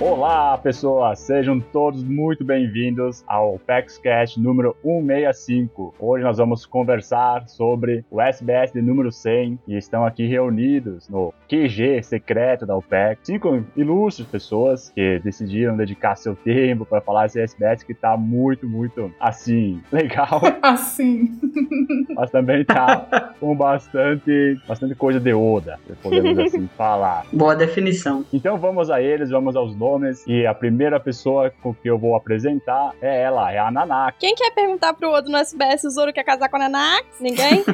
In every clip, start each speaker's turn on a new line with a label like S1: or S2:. S1: Olá, pessoas! Sejam todos muito bem-vindos ao PaxCast número 165. Hoje nós vamos conversar sobre o SBS de número 100 e estão aqui reunidos no QG secreto da OPEC. Cinco ilustres pessoas que decidiram dedicar seu tempo para falar esse SBS que tá muito, muito, assim, legal,
S2: Assim.
S1: mas também tá com bastante, bastante coisa de Oda, podemos assim falar.
S3: Boa definição.
S1: Então vamos a eles, vamos aos nomes. E a primeira pessoa com que eu vou apresentar é ela, é a Nanaka.
S4: Quem quer perguntar pro outro no SBS se o Zoro quer casar com a Nanax? Ninguém?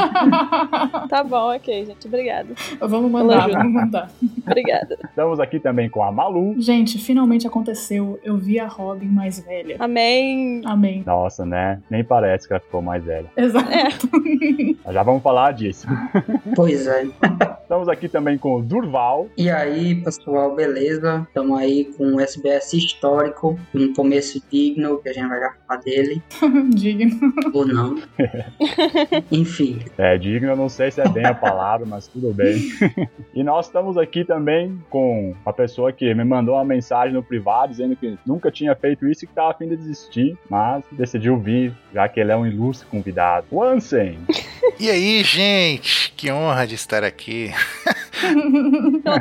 S4: tá bom, ok, gente. Obrigada.
S2: vamos mandar,
S4: Elogio.
S2: vamos mandar.
S4: Obrigada.
S1: Estamos aqui também com a Malu.
S2: Gente, finalmente aconteceu. Eu vi a Robin mais velha.
S4: Amém.
S2: Amém.
S1: Nossa, né? Nem parece que ela ficou mais velha.
S2: Exato.
S1: Mas Já vamos falar disso.
S3: Pois é.
S1: Estamos aqui também com o Durval.
S3: E aí, pessoal, beleza? Estamos aí com um SBS histórico, um começo digno, que a gente vai já falar dele,
S2: Digno.
S3: ou não. Enfim,
S1: É digno, eu não sei se é bem a palavra, mas tudo bem. e nós estamos aqui também com uma pessoa que me mandou uma mensagem no privado dizendo que nunca tinha feito isso e que estava a fim de desistir, mas decidiu vir, já que ele é um ilustre convidado. O Ansem.
S5: E aí, gente, que honra de estar aqui.
S4: Pela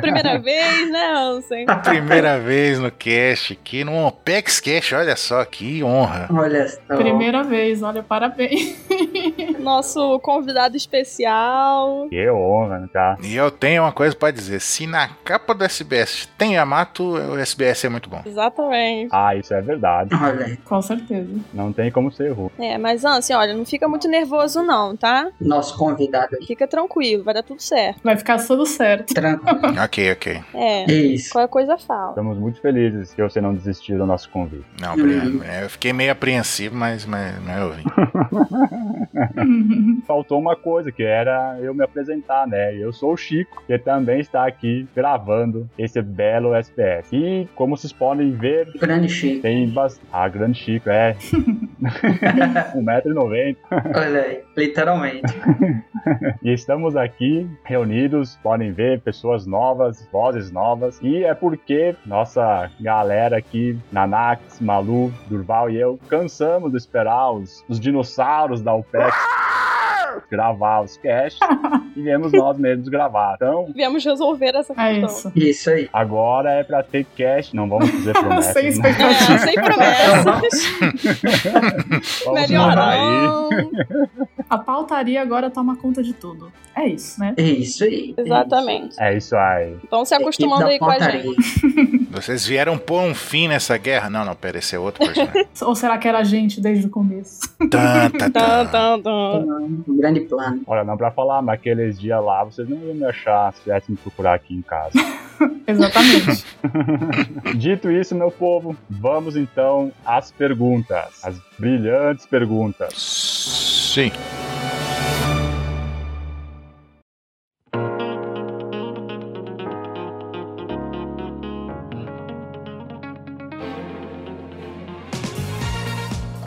S4: primeira vez, né, Hansen?
S5: Primeira vez no cast aqui, no Opex Cast, olha só que honra.
S3: olha só.
S2: Primeira vez, olha, parabéns.
S4: Nosso convidado especial.
S1: Que honra, tá?
S5: E eu tenho uma coisa pra dizer, se na capa do SBS tem Yamato, o SBS é muito bom.
S4: Exatamente.
S1: Ah, isso é verdade.
S3: Olha, aí.
S2: Com certeza.
S1: Não tem como ser ruim.
S4: É, mas Ansem, olha, não fica muito nervoso, não, tá?
S3: nosso convidado aí.
S4: Fica tranquilo, vai dar tudo certo.
S2: Vai ficar tudo certo.
S3: Tranquilo.
S5: ok, ok.
S4: É.
S3: É isso.
S4: Qualquer coisa fala.
S1: Estamos muito felizes que você não desistiu do nosso convite.
S5: Não, obrigado. É, Eu fiquei meio apreensivo, mas, mas, mas eu vim.
S2: É
S1: Faltou uma coisa, que era eu me apresentar, né? Eu sou o Chico, que também está aqui gravando esse belo SPS. E como vocês podem ver,
S3: Grande Chico.
S1: tem bastante. Ah, grande Chico, é. 1,90m.
S3: Olha aí, literalmente.
S1: E estamos aqui reunidos, podem ver pessoas novas, vozes novas, e é porque nossa galera aqui, Nanax, Malu, Durval e eu, cansamos de esperar os, os dinossauros da UPEC
S4: Ah!
S1: gravar os casts e viemos nós mesmos gravar. Então,
S4: Viemos resolver essa
S2: É
S4: questão.
S2: isso.
S3: Isso aí.
S1: agora é pra ter cast, não vamos fazer promessas.
S2: Sem
S1: né?
S4: É,
S2: expectativa.
S4: sem promessas.
S1: Vamos
S4: Melhor
S1: mandar aí.
S4: não.
S2: A pautaria agora toma conta de tudo. É isso, né?
S3: Isso aí.
S4: Exatamente.
S1: É isso aí.
S4: Então se acostumando aí com a gente.
S5: Vocês vieram pôr um fim nessa guerra? Não, não, pera, esse é outro personagem.
S2: Ou será que era a gente desde o começo?
S5: Tan, tan,
S4: Tan,
S5: tan.
S4: tan, tan.
S3: Um grande plano.
S1: Olha, não pra falar, mas aqueles dias lá vocês não iam me achar se tivessem me procurar aqui em casa.
S2: Exatamente.
S1: Dito isso, meu povo, vamos então às perguntas, as brilhantes perguntas.
S5: Sim.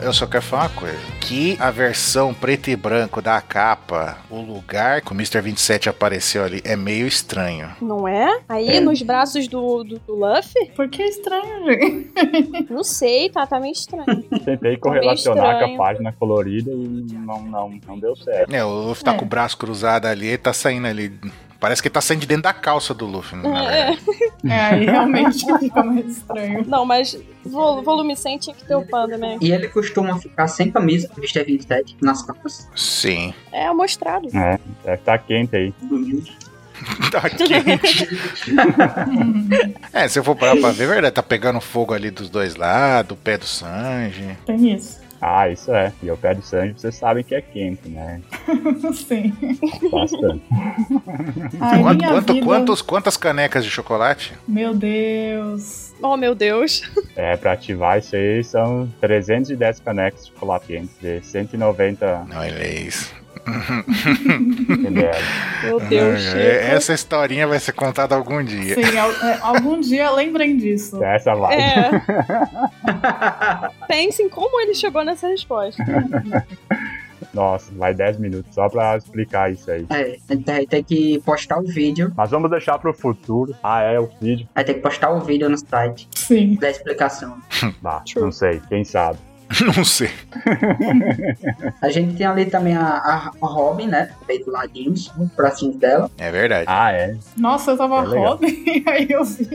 S5: Eu só quero falar uma coisa. Que a versão preto e branco da capa, o lugar que o Mr. 27 apareceu ali, é meio estranho.
S4: Não é? Aí, nos braços do, do, do Luffy?
S2: Porque é estranho, gente.
S4: Não sei, tá, tá meio estranho.
S1: Tentei correlacionar com a página colorida e não, não, não deu certo.
S5: É, o Luffy tá
S2: É.
S5: com o braço cruzado ali, ele tá saindo ali. Parece que ele tá saindo de dentro da calça do Luffy, né, na verdade.
S4: É.
S2: É, aí realmente fica mais estranho.
S4: Não, mas vol- volume 100 tinha que ter o panda, né?
S3: E ele costuma ficar sem camisa, Mr. 27, nas capas.
S5: Sim.
S4: É mostrado.
S1: Deve estar É, quente aí.
S5: Tá quente. É, se eu for parar pra ver, é verdade, tá pegando fogo ali dos dois lados, o pé do Sanji.
S2: Tem isso.
S1: Ah, isso é. E o pé do Sanji, vocês sabem que é quente, né?
S2: Sim.
S1: Bastante.
S2: Ai,
S5: Quanto-
S2: minha
S5: quanto-
S2: vida.
S5: quantos, quantas canecas de chocolate?
S2: Meu Deus.
S4: Oh, meu Deus.
S1: é, pra ativar isso aí são 310 canecas de chocolate quente, de 190
S5: Não, ele é isso.
S1: ml.
S4: Meu Deus,
S5: Ah,
S4: Chico.
S5: é- Essa historinha vai ser contada algum dia.
S2: Sim, al- é, algum dia lembrem disso.
S1: É Essa vai.
S4: É. Pensem como ele chegou nessa resposta.
S1: Nossa, vai 10 minutos só pra explicar isso aí.
S3: É, a gente vai ter que postar o vídeo.
S1: Mas vamos deixar pro futuro. Ah, é, o vídeo.
S3: Vai ter que postar o vídeo no site
S2: Sim.
S3: da explicação.
S1: Bah,
S4: True.
S1: não sei, quem sabe.
S5: Não sei.
S3: A gente tem ali também a, a Robin, né? Feito ladinho, os bracinhos dela.
S5: É verdade.
S1: Ah, é.
S2: Nossa, eu tava
S1: É legal.
S2: Robin, aí eu vi.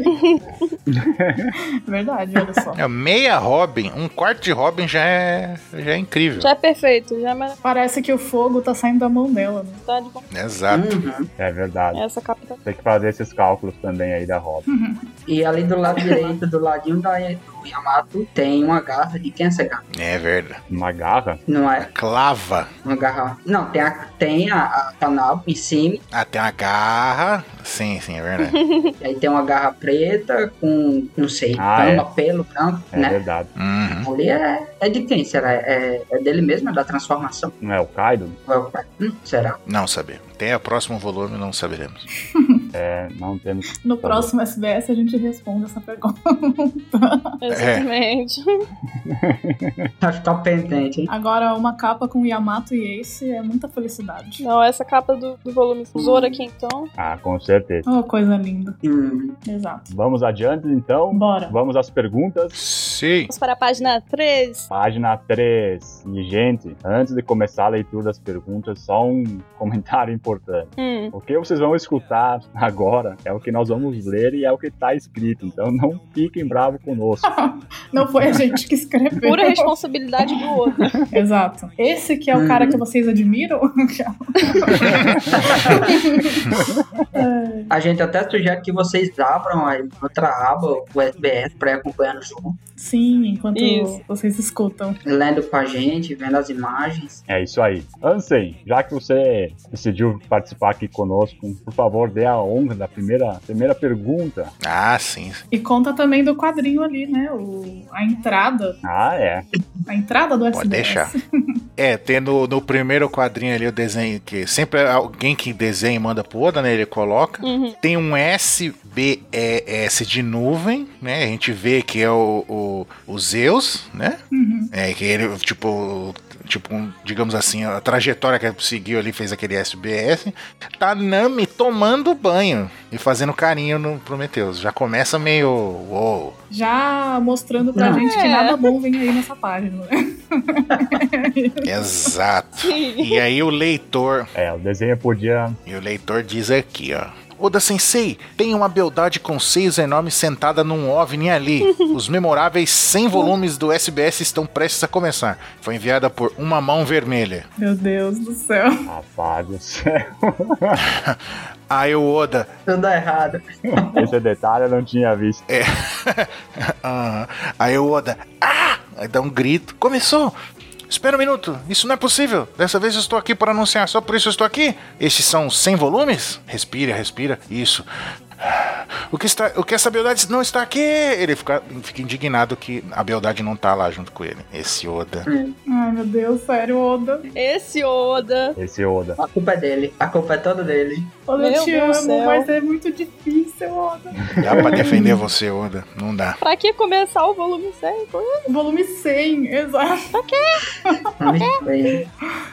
S2: Verdade, olha só.
S5: É, meia Robin, um quarto de Robin já é, já é incrível.
S4: Já é perfeito, já é maravilhoso.
S2: Parece que o fogo tá saindo da mão dela, né?
S4: tá de bom.
S5: Exato.
S3: Uhum.
S1: É verdade.
S4: Essa capa tá.
S1: Tem que fazer esses cálculos também aí da roda.
S3: E ali do lado direito, do ladinho da, do Yamato, tem uma garra. De quem é essa garra?
S5: É verdade.
S1: Uma garra?
S3: Não é
S5: Clava.
S3: uma garra. Não, tem a, tem a, a Tanab em cima.
S5: Ah, tem uma garra. Sim, sim, é verdade.
S3: E aí tem uma garra preta com, não sei,
S1: Ah,
S3: cama, pelo branco,
S1: É
S3: né?
S1: verdade.
S5: Uhum.
S3: Ali é, é de quem? Será? É, é dele mesmo? É da transformação?
S1: Não é o Kaido?
S3: Ou é o pai? Hum, será?
S5: Não saber. Até o próximo volume não saberemos.
S1: É, não temos.
S2: No próximo SBS a gente responde essa pergunta.
S5: É.
S4: Exatamente.
S3: Acho que tá pendente, hein?
S2: Agora, uma capa com Yamato e Ace é muita felicidade.
S4: Não, essa capa do, do volume Zoro aqui, então.
S1: Ah, com certeza.
S2: Oh, coisa linda.
S3: Hum,
S2: Exato.
S1: Vamos adiante então.
S2: Bora.
S1: Vamos às perguntas.
S5: Sim.
S4: Vamos para a página 3.
S1: Página 3. E, gente, antes de começar a leitura das perguntas, só um comentário importante.
S4: Hum.
S1: O que vocês vão escutar agora é o que nós vamos ler e é o que tá escrito. Então não fiquem bravos conosco.
S2: Não foi a gente que escreveu.
S4: Pura responsabilidade do outro.
S2: Exato. Esse que é o cara que vocês admiram?
S3: a gente até sugere que vocês abram aí outra aba, o SBS, pra ir acompanhando o jogo,
S2: Sim, enquanto
S4: Isso.
S2: vocês escutam.
S3: lendo com a gente, vendo as imagens.
S1: É isso aí. Ansem, já que você decidiu participar aqui conosco, por favor, dê a honra da primeira, primeira pergunta.
S5: Ah, sim. sim.
S2: E conta também do quadrinho ali, né? O, a entrada.
S1: Ah, é.
S2: A entrada do
S5: Pode
S2: SBS.
S5: deixar. É, tem no, no primeiro quadrinho ali o desenho que sempre é alguém que desenha e manda pro Oda, né? Ele coloca.
S4: Uhum.
S5: Tem um SBES de nuvem, né? A gente vê que é o, o, o Zeus, né?
S2: Uhum.
S5: É, que ele, tipo, tipo, um, digamos assim, a trajetória que ele seguiu ali, fez aquele SBS. Tá Nami tomando banho e fazendo carinho no Prometheus. Já começa meio. Uou.
S2: Já mostrando pra
S3: Não.
S2: gente que
S4: É.
S2: nada bom vem aí nessa página. né?
S5: Exato. E aí o leitor.
S1: É, o desenho podia.
S5: E o leitor diz aqui, ó. Oda Sensei, tem uma beldade com seios enormes sentada num OVNI ali. Os memoráveis 100 volumes do SBS estão prestes a começar. Foi enviada por uma mão vermelha.
S2: Meu Deus do céu.
S1: Ah, Rapaz do céu.
S5: Aí o Oda,
S3: Tudo errado.
S1: Esse detalhe eu não tinha visto.
S5: É. Aham. Aí o Oda. Ah! Aí dá um grito. Começou! Espera um minuto, isso não é possível. Dessa vez eu estou aqui para anunciar, só por isso eu estou aqui. Estes são 100 volumes? Respira, respira. Isso. O que, está, o que essa beldade não está aqui? Ele fica, fica indignado que a beldade não tá lá junto com ele. Esse Oda.
S2: Ai, meu Deus, sério, Oda.
S4: Esse Oda.
S1: Esse Oda.
S3: A culpa é dele, a culpa é toda dele.
S2: Oda, eu
S4: Meu
S2: te
S4: Deus do
S2: amo,
S4: céu.
S2: mas é muito difícil, Oda.
S5: Dá pra defender você, Oda. Não dá.
S4: Pra que começar o volume é 100?
S2: Volume 100, exato.
S3: Muito bem.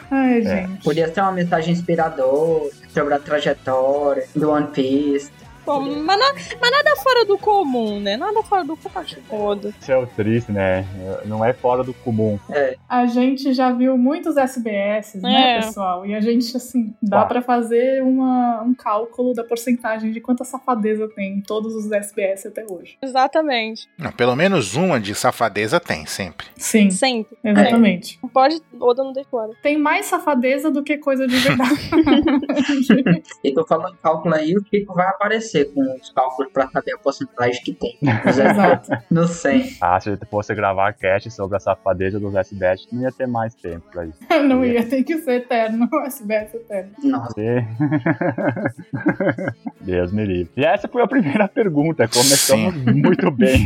S2: Ai,
S1: É.
S2: gente.
S3: Podia ser uma mensagem inspiradora sobre a trajetória do One Piece.
S4: Bom, mas, na- mas nada fora do comum, né? Nada fora do comum. acho que o Oda.
S1: Isso é o triste, né? Não é fora do comum.
S2: A gente já viu muitos SBS, né,
S4: É.
S2: pessoal? E a gente, assim, dá
S1: Tá.
S2: pra fazer uma, um cálculo da porcentagem de quanta safadeza tem em todos os SBS até hoje.
S4: Exatamente.
S5: Não, pelo menos uma de safadeza tem, sempre.
S2: Sim,
S4: Sempre.
S5: É.
S2: exatamente.
S4: Não pode. Oda não deixa fora.
S2: Tem mais safadeza do que coisa de verdade.
S3: E tô falando cálculo aí, o Kiko vai aparecer com os cálculos pra saber a porcentagem que tem. Mas é
S2: Exato.
S3: No 100.
S1: Ah, se a gente fosse gravar cast sobre a safadeza dos SBS, não ia ter mais tempo pra isso.
S2: Não ia ter que ser eterno, o SBS eterno.
S3: Nossa.
S1: E- Deus me livre. E essa foi a primeira pergunta. Começamos muito bem.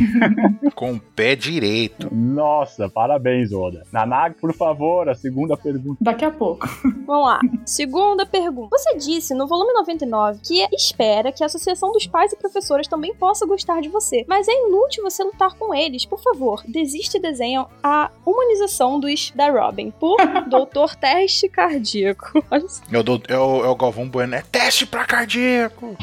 S5: Com o pé direito.
S1: Nossa, parabéns, Oda. Nanag, por favor, a segunda pergunta.
S2: Daqui a pouco.
S4: Vamos lá. Segunda pergunta. Você disse no volume 99 que espera que a associa- direção dos pais e professores também possa gostar de você, mas é inútil você lutar com eles. Por favor, desiste e desenha a humanização dos da Robin por Doutor Teste Cardíaco. Olha só.
S5: É o, do- é o, é o Galvão Bueno. É teste pra cardíaco.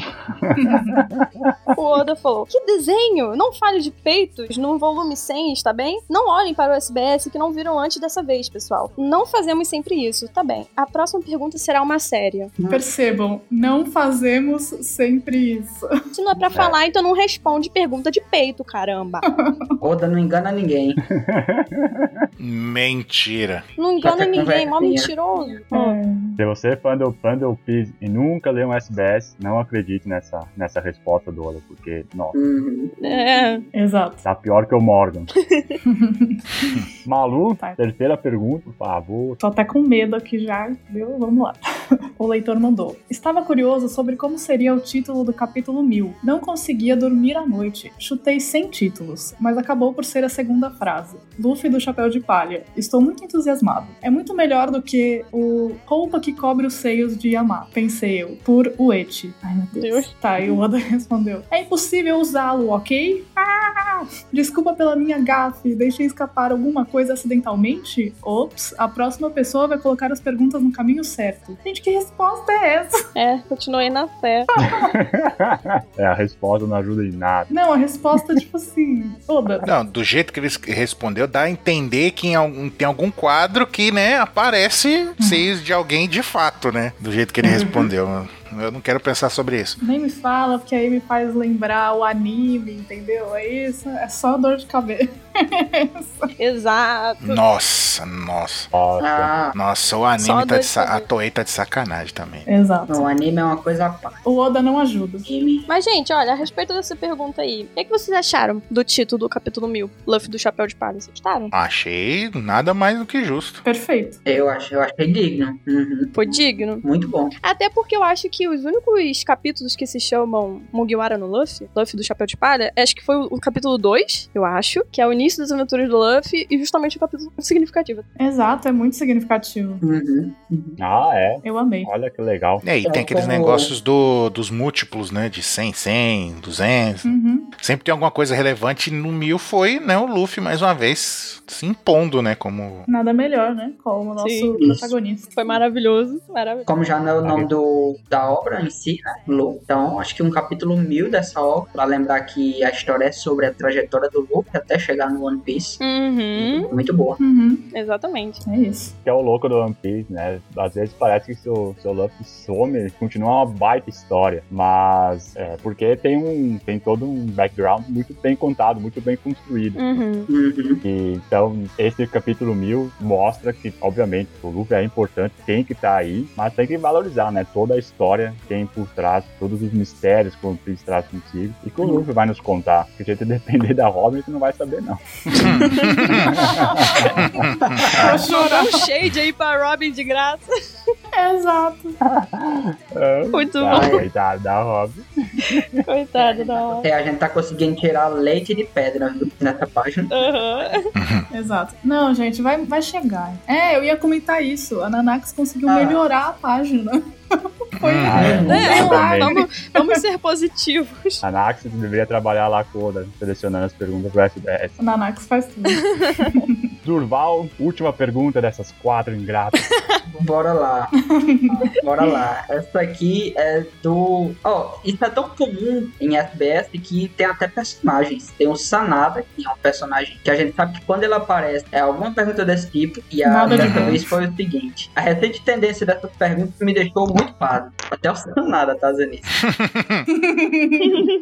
S4: O Oda falou: Que desenho! Não fale de peitos num volume 100, está bem? Não olhem para o SBS que não viram antes dessa vez, pessoal. Não fazemos sempre isso, tá bem. A próxima pergunta será uma séria.
S2: Percebam, não fazemos sempre isso.
S4: Se não é pra falar, então não responde pergunta de peito, caramba.
S3: Oda não engana ninguém.
S5: Mentira.
S4: Não engana
S3: Até
S4: ninguém, mó
S3: conversinha.
S4: mentiroso.
S1: Se você é fã do Pandel Piz e nunca leu um SBS, não acredite nessa, nessa resposta do Oda, porque, nossa,
S3: Uhum.
S4: É.
S2: Exato.
S1: tá pior que o Morgan. Malu,
S2: Tá.
S1: terceira pergunta, por favor.
S2: Tô até com medo aqui já, entendeu? Vamos lá. O leitor mandou. Estava curioso sobre como seria o título do capítulo 1000. Não conseguia dormir à noite. Chutei 100 títulos, mas acabou por ser a segunda frase. Luffy do Chapéu de Palha. Estou muito entusiasmado. É muito melhor do que o Roupa que cobre os seios de Yamaha, pensei eu, por Uechi. Ai, meu Deus. Tá, e o Oda respondeu. É impossível usá-lo, ok? Desculpa pela minha gafe, deixei escapar alguma coisa acidentalmente? Ops, a próxima pessoa vai colocar as perguntas no caminho certo. Gente, que resposta é essa?
S4: É, continuei na fé.
S1: é, a resposta não ajuda em nada.
S2: Não, a resposta é tipo assim, toda.
S5: Não, do jeito que ele respondeu, dá a entender que em algum- tem algum quadro que, né, aparece seios de alguém de fato, né? Do jeito que ele respondeu. Eu não quero pensar sobre isso.
S2: Nem me fala, porque aí me faz lembrar o anime, entendeu? É isso, é só dor de cabeça.
S4: Exato.
S5: Nossa, nossa.
S1: Nossa.
S3: Ah,
S5: Nossa, o anime
S4: Só
S5: tá de
S4: dois
S5: sa- A
S4: poderes.
S5: Toei tá de sacanagem também.
S2: Exato.
S3: não, o anime é uma coisa à parte.
S2: O Oda não ajuda.
S3: Anime.
S4: Mas, gente, olha, a respeito dessa pergunta aí, o que, é que vocês acharam do título do capítulo 1000, Luffy do Chapéu de Palha? Vocês gostaram?
S5: Achei nada mais do que justo.
S2: Perfeito.
S3: Eu acho, eu achei digno. Uhum.
S4: Foi digno?
S3: Muito bom.
S4: Até porque eu acho que os únicos capítulos que se chamam Mugiwara no Luffy, Luffy do Chapéu de Palha, acho que foi o o capítulo 2, eu acho, que é o início das aventuras do Luffy e justamente o capítulo significativo.
S2: Exato, é muito significativo.
S3: Uhum. Uhum.
S1: Ah, é?
S2: Eu amei.
S1: Olha que legal.
S5: É, e
S3: É,
S5: tem aqueles
S3: como-
S5: negócios do, dos múltiplos, né? De 100, 100, 200.
S2: Uhum.
S5: Sempre tem alguma coisa relevante. No mil foi, né? O Luffy, mais uma vez, se impondo, né? Como.
S2: Nada melhor, né? Como o nosso
S4: Sim.
S2: protagonista.
S4: Foi maravilhoso, maravilhoso.
S3: Como já não é o nome do, da obra em si, né? Lu. Então, acho que um capítulo mil dessa obra, pra lembrar que a história é sobre a trajetória do Luffy até chegar no One Piece.
S4: Uhum,
S3: Muito boa.
S2: Uhum.
S4: exatamente.
S2: É isso.
S1: Que é o louco do One Piece, né? Às vezes parece que seu, seu Luffy some, continua uma baita história. Mas é porque tem um. tem todo um background muito bem contado, muito bem construído.
S4: Uhum.
S3: Uhum.
S1: E, então, esse capítulo 1000 mostra que, obviamente, o Luffy é importante, tem que estar aí, mas tem que valorizar, né? Toda a história que tem por trás, todos os mistérios que o One Piece traz consigo e que o Luffy vai nos contar. Porque, se depender da Robin, você não vai saber, não.
S2: Tô chorando.
S4: Um shade aí pra Robin de graça.
S2: Exato.
S1: É,
S4: Muito
S1: tá,
S4: bom.
S1: coitado da Robin.
S4: Coitado da hora.
S3: É, a gente tá conseguindo tirar leite de pedra viu? nessa página.
S6: É.
S4: Aham.
S2: Exato. Não, gente, vai, vai chegar. É, eu ia comentar isso. A Nanax conseguiu
S3: Ah.
S2: melhorar a página. Foi
S5: Hum.
S1: Ah, é, não
S4: É,
S1: dá também.
S4: vamos, vamos ser positivos.
S1: A Naxos deveria trabalhar lá com o Oda, selecionando as perguntas pro SBS.
S2: A Nanax faz tudo.
S1: Durval, última pergunta dessas quatro ingratas.
S3: Bora lá. Bora lá. Essa aqui é do. Ó, isso é tão comum em SBS que tem até personagens. Tem o Sanada, que é um personagem que a gente sabe que quando ele aparece é alguma pergunta desse tipo. E a
S2: Nada
S5: de
S3: dessa
S5: bom.
S3: vez foi o seguinte: a recente tendência dessas perguntas me deixou muito pardo. Até o Sanada tá dizendo isso.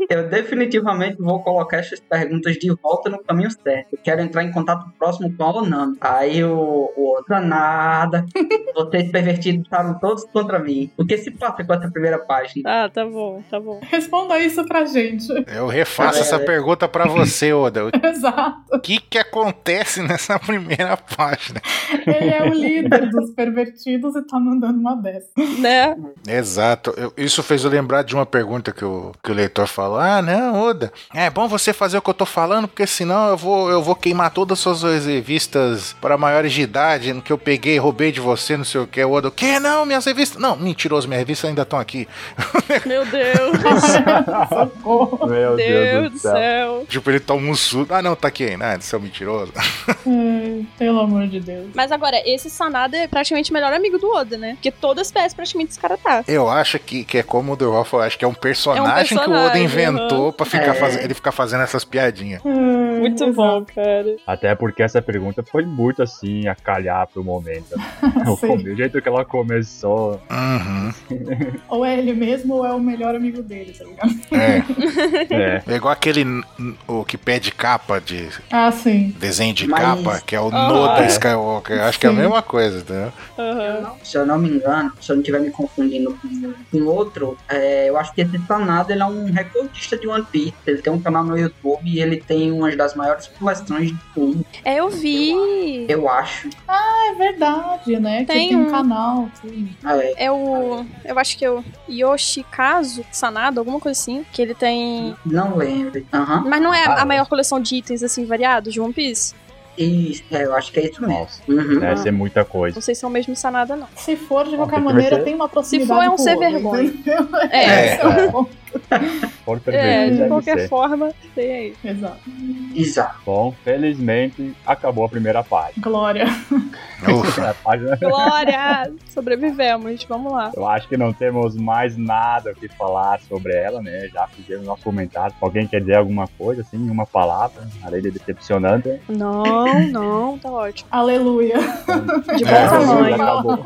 S3: Eu definitivamente vou colocar essas perguntas de volta no caminho certo. Eu quero entrar em contato próximo com a Onami. Aí o, o Sanada vocês pervertidos estavam todos contra mim. O que se passa com essa primeira página?
S4: Ah, tá bom, tá bom.
S2: Responda isso pra gente.
S5: Eu refaço
S3: É.
S5: essa pergunta pra você, Oda.
S2: Exato.
S5: O que que acontece nessa primeira página?
S2: Ele é o líder dos pervertidos e tá mandando uma dessa.
S4: Né?
S5: Exato. Eu- isso fez eu lembrar de uma pergunta que o, que o leitor falou. Ah, não, Oda. É bom você fazer o que eu tô falando, porque senão eu vou, eu vou queimar todas as suas revistas para maiores de idade que eu peguei e roubei de você não sei o que. O Oda, o que? Não, minhas revistas. Não, mentiroso, minhas revistas ainda estão aqui.
S6: Meu Deus.
S1: Socorro. Meu
S6: Deus do céu.
S5: Tipo, ele toma um susto. Ah, não, tá aqui ainda. Ah, seu mentiroso.
S2: Ai, pelo amor de Deus.
S4: Mas agora, esse Sanada é praticamente o melhor amigo do Oda, né? Porque todas as peças praticamente esse cara tá.
S5: Eu acho que, que é como o The Wolf, eu acho que é um personagem, que o Oda
S6: personagem,
S5: inventou pra ficar
S3: É.
S5: faze- ele ficar fazendo essas piadinhas.
S2: Ai,
S6: Muito
S2: exato.
S6: bom, cara.
S1: Até porque essa pergunta foi muito assim, a calhar pro momento. O
S2: Sim.
S1: come- o jeito que ela começou.
S5: Uhum.
S2: Ou é ele mesmo ou é o melhor amigo dele, tá ligado?
S5: É.
S1: É.
S5: é igual aquele n- n- o que pede capa de
S2: Ah, sim.
S5: desenho de
S3: Mas-
S5: capa, que é o
S6: Ah,
S5: Noda
S1: é.
S5: Skywalker. Eu Acho que é a
S2: Sim.
S5: mesma coisa, entendeu?
S6: Aham.
S3: Se eu não me engano, se eu não estiver me confundindo com, com outro, é, eu acho que esse Tanada ele é um recordista de One Piece. Ele tem um canal no YouTube e ele tem uma das maiores coleções de tudo,
S4: É, eu vi.
S3: eu acho.
S2: Ah, é verdade, né?
S4: Tem
S2: que tem um
S4: um.
S2: canal. Sim.
S3: É,
S4: É o. Eu acho que é o Yoshikazu Sanada, alguma coisa assim. Que ele tem.
S3: não lembro. Aham.
S4: Mas não é
S1: Ah,
S4: a
S1: é.
S4: maior coleção de itens assim variados de One Piece?
S3: Isso, é, eu acho que é isso mesmo.
S1: Nossa,
S3: Uhum.
S1: deve ser muita coisa.
S4: Não sei se é o mesmo Sanada, não.
S2: Se for, de qualquer
S1: tem que
S2: maneira,
S1: meter.
S2: tem uma proximidade.
S4: Se for, é um
S2: com o
S4: ser
S2: outro,
S4: vergonha.
S2: entendeu?
S4: É.
S2: Esse é o ponto.
S1: Por
S6: É,
S1: pervertido,
S4: de
S1: deve
S4: qualquer
S1: ser.
S4: forma, tem aí.
S2: Exato.
S3: Exato.
S1: Bom, felizmente acabou a primeira página.
S2: Glória.
S5: Ufa.
S1: A página-
S4: Glória! Sobrevivemos, vamos lá.
S1: Eu acho que não temos mais nada o que falar sobre ela, né? Já fizemos nosso comentário. Alguém quer dizer alguma coisa, assim, uma palavra, além de decepcionante?
S4: Não, não, tá ótimo.
S2: Aleluia.
S4: De bom
S5: É,
S1: Jesus,
S4: tamanho.
S1: acabou.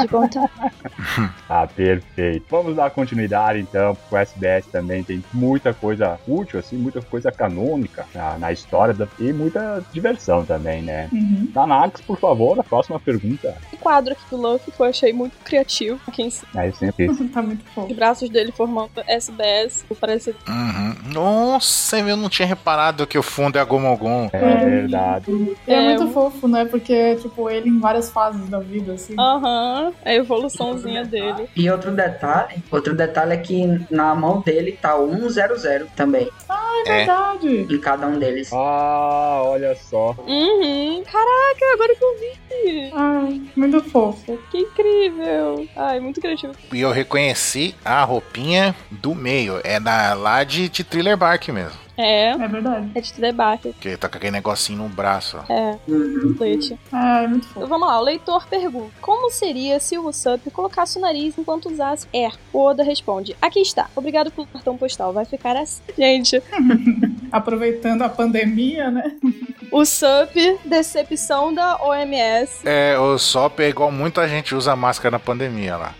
S4: De bom tamanho.
S1: Ah, perfeito. Vamos dar continuidade então, porque o SBS também tem muita coisa útil, assim, muita coisa canônica na, na história da- e muita diversão também, né?
S2: Uhum.
S1: Tanax, por favor, a próxima pergunta.
S4: Esse quadro aqui do Luffy que eu achei muito criativo. Aqui em cima,
S1: Aí É sempre
S2: Tá muito fofo.
S4: os braços dele formando SBS. Parece.
S5: Uhum. Nossa, eu não tinha reparado que o fundo é a Gomogum.
S1: é
S2: É.
S1: verdade.
S2: E é,
S4: É,
S2: muito
S4: um-
S2: fofo, né? Porque, tipo, ele em várias fases da vida, assim.
S4: Ah, Aham, a evoluçãozinha dele.
S3: E outro detalhe, outro detalhe é que na mão dele tá 100 também,
S2: é verdade.
S3: em cada um deles.
S1: Ah, olha só.
S4: Uhum. Caraca, agora que eu vi!
S2: Ai, muito fofo.
S4: Que incrível! Ai, muito criativo.
S5: E eu reconheci a roupinha do meio. É da, lá de, de Thriller Bark mesmo.
S4: É,
S2: É verdade.
S4: é de debate,
S5: Que tá com aquele negocinho no braço. ó.
S4: é,
S3: Uhum.
S4: leite.
S2: É, é muito fofo.
S4: Então vamos lá, o leitor pergunta: Como seria se o Usopp colocasse o nariz enquanto usasse air? O Oda responde: Aqui está. Obrigado pelo cartão postal. Vai ficar assim. Gente,
S2: Aproveitando a pandemia, né?
S4: o Sup, decepção da OMS.
S5: É, o Sop é igual muita gente usa máscara na pandemia lá.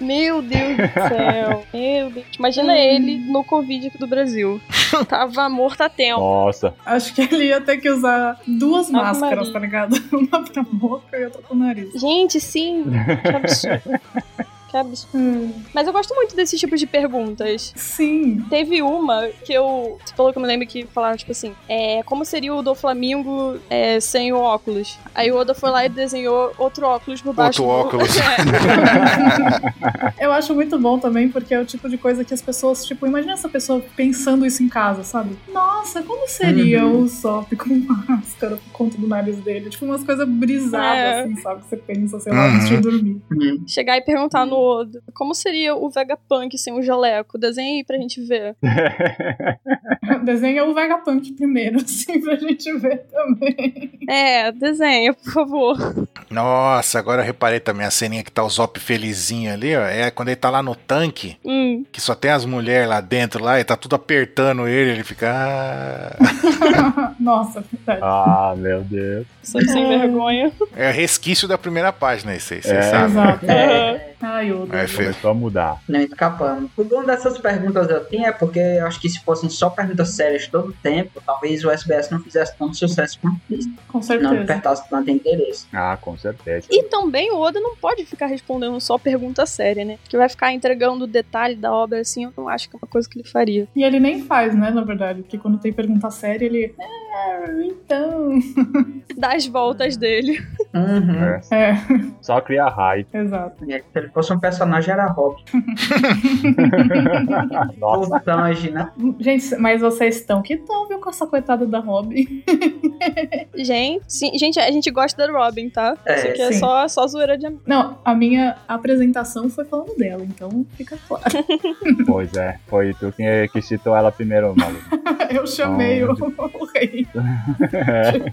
S4: Meu Deus do céu. Meu Deus. Imagina ele no Covid aqui do Brasil. Tava morto há tempo.
S1: Nossa,
S2: Acho que ele ia ter que usar duas
S4: Ave
S2: máscaras,
S4: Maria.
S2: tá ligado? Uma pra boca e outra pro nariz.
S4: Gente, sim. Que absurdo. Que absurdo.
S2: Hum,
S4: Mas eu gosto muito desse tipo de perguntas.
S2: Sim.
S4: Teve uma que eu. Você falou que eu me lembro que falaram, tipo assim, é, como seria o do Flamingo é, sem o óculos? Aí o Oda foi lá e desenhou outro óculos por baixo.
S5: Outro
S4: do-
S5: óculos.
S4: É.
S2: Eu acho muito bom também, porque é o tipo de coisa que as pessoas, tipo, imagina essa pessoa pensando isso em casa, sabe? Nossa, como seria
S3: Uhum.
S2: o Sop com máscara por conta do nariz dele? Tipo, umas coisas brisadas,
S4: É.
S2: assim, sabe? Que você pensa, sei lá,
S5: Uhum.
S2: antes de dormir.
S3: Uhum.
S4: Chegar e perguntar no Oda, como seria o Vegapunk sem o jaleco? Desenha aí pra gente ver.
S2: Desenha o Vegapunk primeiro, assim, pra gente ver também.
S4: É, desenha, por favor.
S5: Nossa, agora eu reparei também a ceninha que tá o Zop felizinho ali, ó. É quando ele tá lá no tanque,
S4: Hum.
S5: que só tem as mulheres lá dentro lá, e tá tudo apertando ele, ele fica. "Ah".
S2: Nossa, verdade.
S1: ah, meu Deus.
S4: Só sem vergonha.
S5: É resquício da primeira página, isso aí,
S1: É.
S5: vocês sabem.
S2: Exato.
S3: É,
S2: Ai, eu
S5: É, fe-
S1: Começou a mudar.
S3: não escapamos. O bom dessas perguntas assim é porque eu acho que se fossem só perguntas sérias todo tempo, talvez o SBS não fizesse tanto sucesso quanto isso.
S2: com
S3: Não tá.
S2: certeza.
S3: despertasse tanto interesse.
S1: Ah, com certeza.
S4: E também o Oda não pode ficar respondendo só pergunta séria, né? Que vai ficar entregando o detalhe da obra assim, eu não acho que é uma coisa que ele faria.
S2: E ele nem faz, né, na verdade, porque quando tem pergunta séria, ele. É, "Ah, então.
S4: Dá as voltas dele.
S3: Uhum.
S1: É,
S2: É,
S1: só cria hype.
S2: exato.
S3: É, Se ele fosse um personagem, era rock.
S1: Nossa,
S3: Ou Sanji, né?
S2: Gente, mas vocês estão que estão, viu, com essa coitada da Robin?
S4: Gente, sim, gente, a gente gosta da Robin, tá?
S3: É,
S4: Isso aqui é
S2: sim.
S4: só, só zoeira de am-
S2: Não, a minha apresentação foi falando dela, então fica claro.
S1: pois é. Foi tu que, que citou ela primeiro, maluco.
S2: Eu chamei o, o rei. É.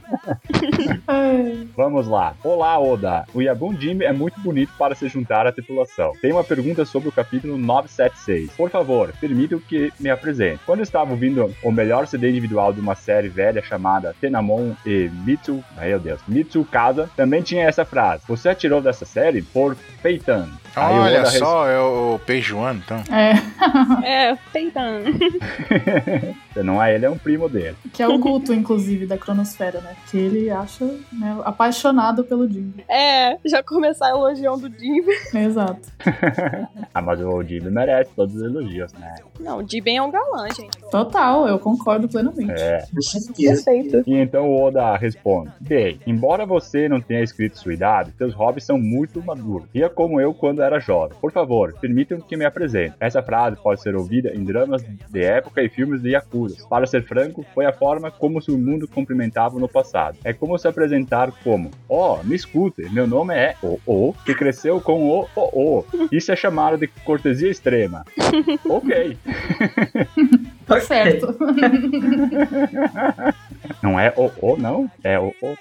S2: Ai,
S1: Vamos lá. Olá, Oda. O Yabun Jimmy é muito bonito para se juntar à tripulação. Tenho uma pergunta sobre o capítulo 976. Por favor, permitam que me apresente. Quando eu estava ouvindo o melhor CD individual de uma série velha chamada Tenamon e Mitsu... Meu Deus. Mitsu Kaza, também tinha essa frase. Você atirou dessa série por Peitan. Aí o
S5: Olha
S1: Oda
S5: só, é o Peijuan, então.
S2: é,
S4: É, peitando.
S1: res- Não é ele, é um primo dele.
S2: que é o culto, inclusive, da cronosfera, né? Que ele acha né, apaixonado pelo Jimmy.
S4: É, já começar elogiando o Jimmy.
S2: Exato.
S1: Ah, mas o Jimmy merece todos os elogios, né?
S4: Não, o Jimmy é um galã, gente.
S2: Total, eu concordo plenamente.
S1: É.
S4: Perfeito.
S1: E então o Oda responde: Bem, embora você não tenha escrito sua idade, seus hobbies são muito maduros. Ria como eu quando era jovem. Por favor, permitam que me apresente. Essa frase pode ser ouvida em dramas de época e filmes de Yakuza. Para ser franco, foi a forma como se o mundo cumprimentava no passado. É como se apresentar como: Oh, me escute, meu nome é O-O, que cresceu com o O-O. Isso é chamado de cortesia extrema. ok.
S2: Tá certo.
S1: Não é O-O, não? É O-O.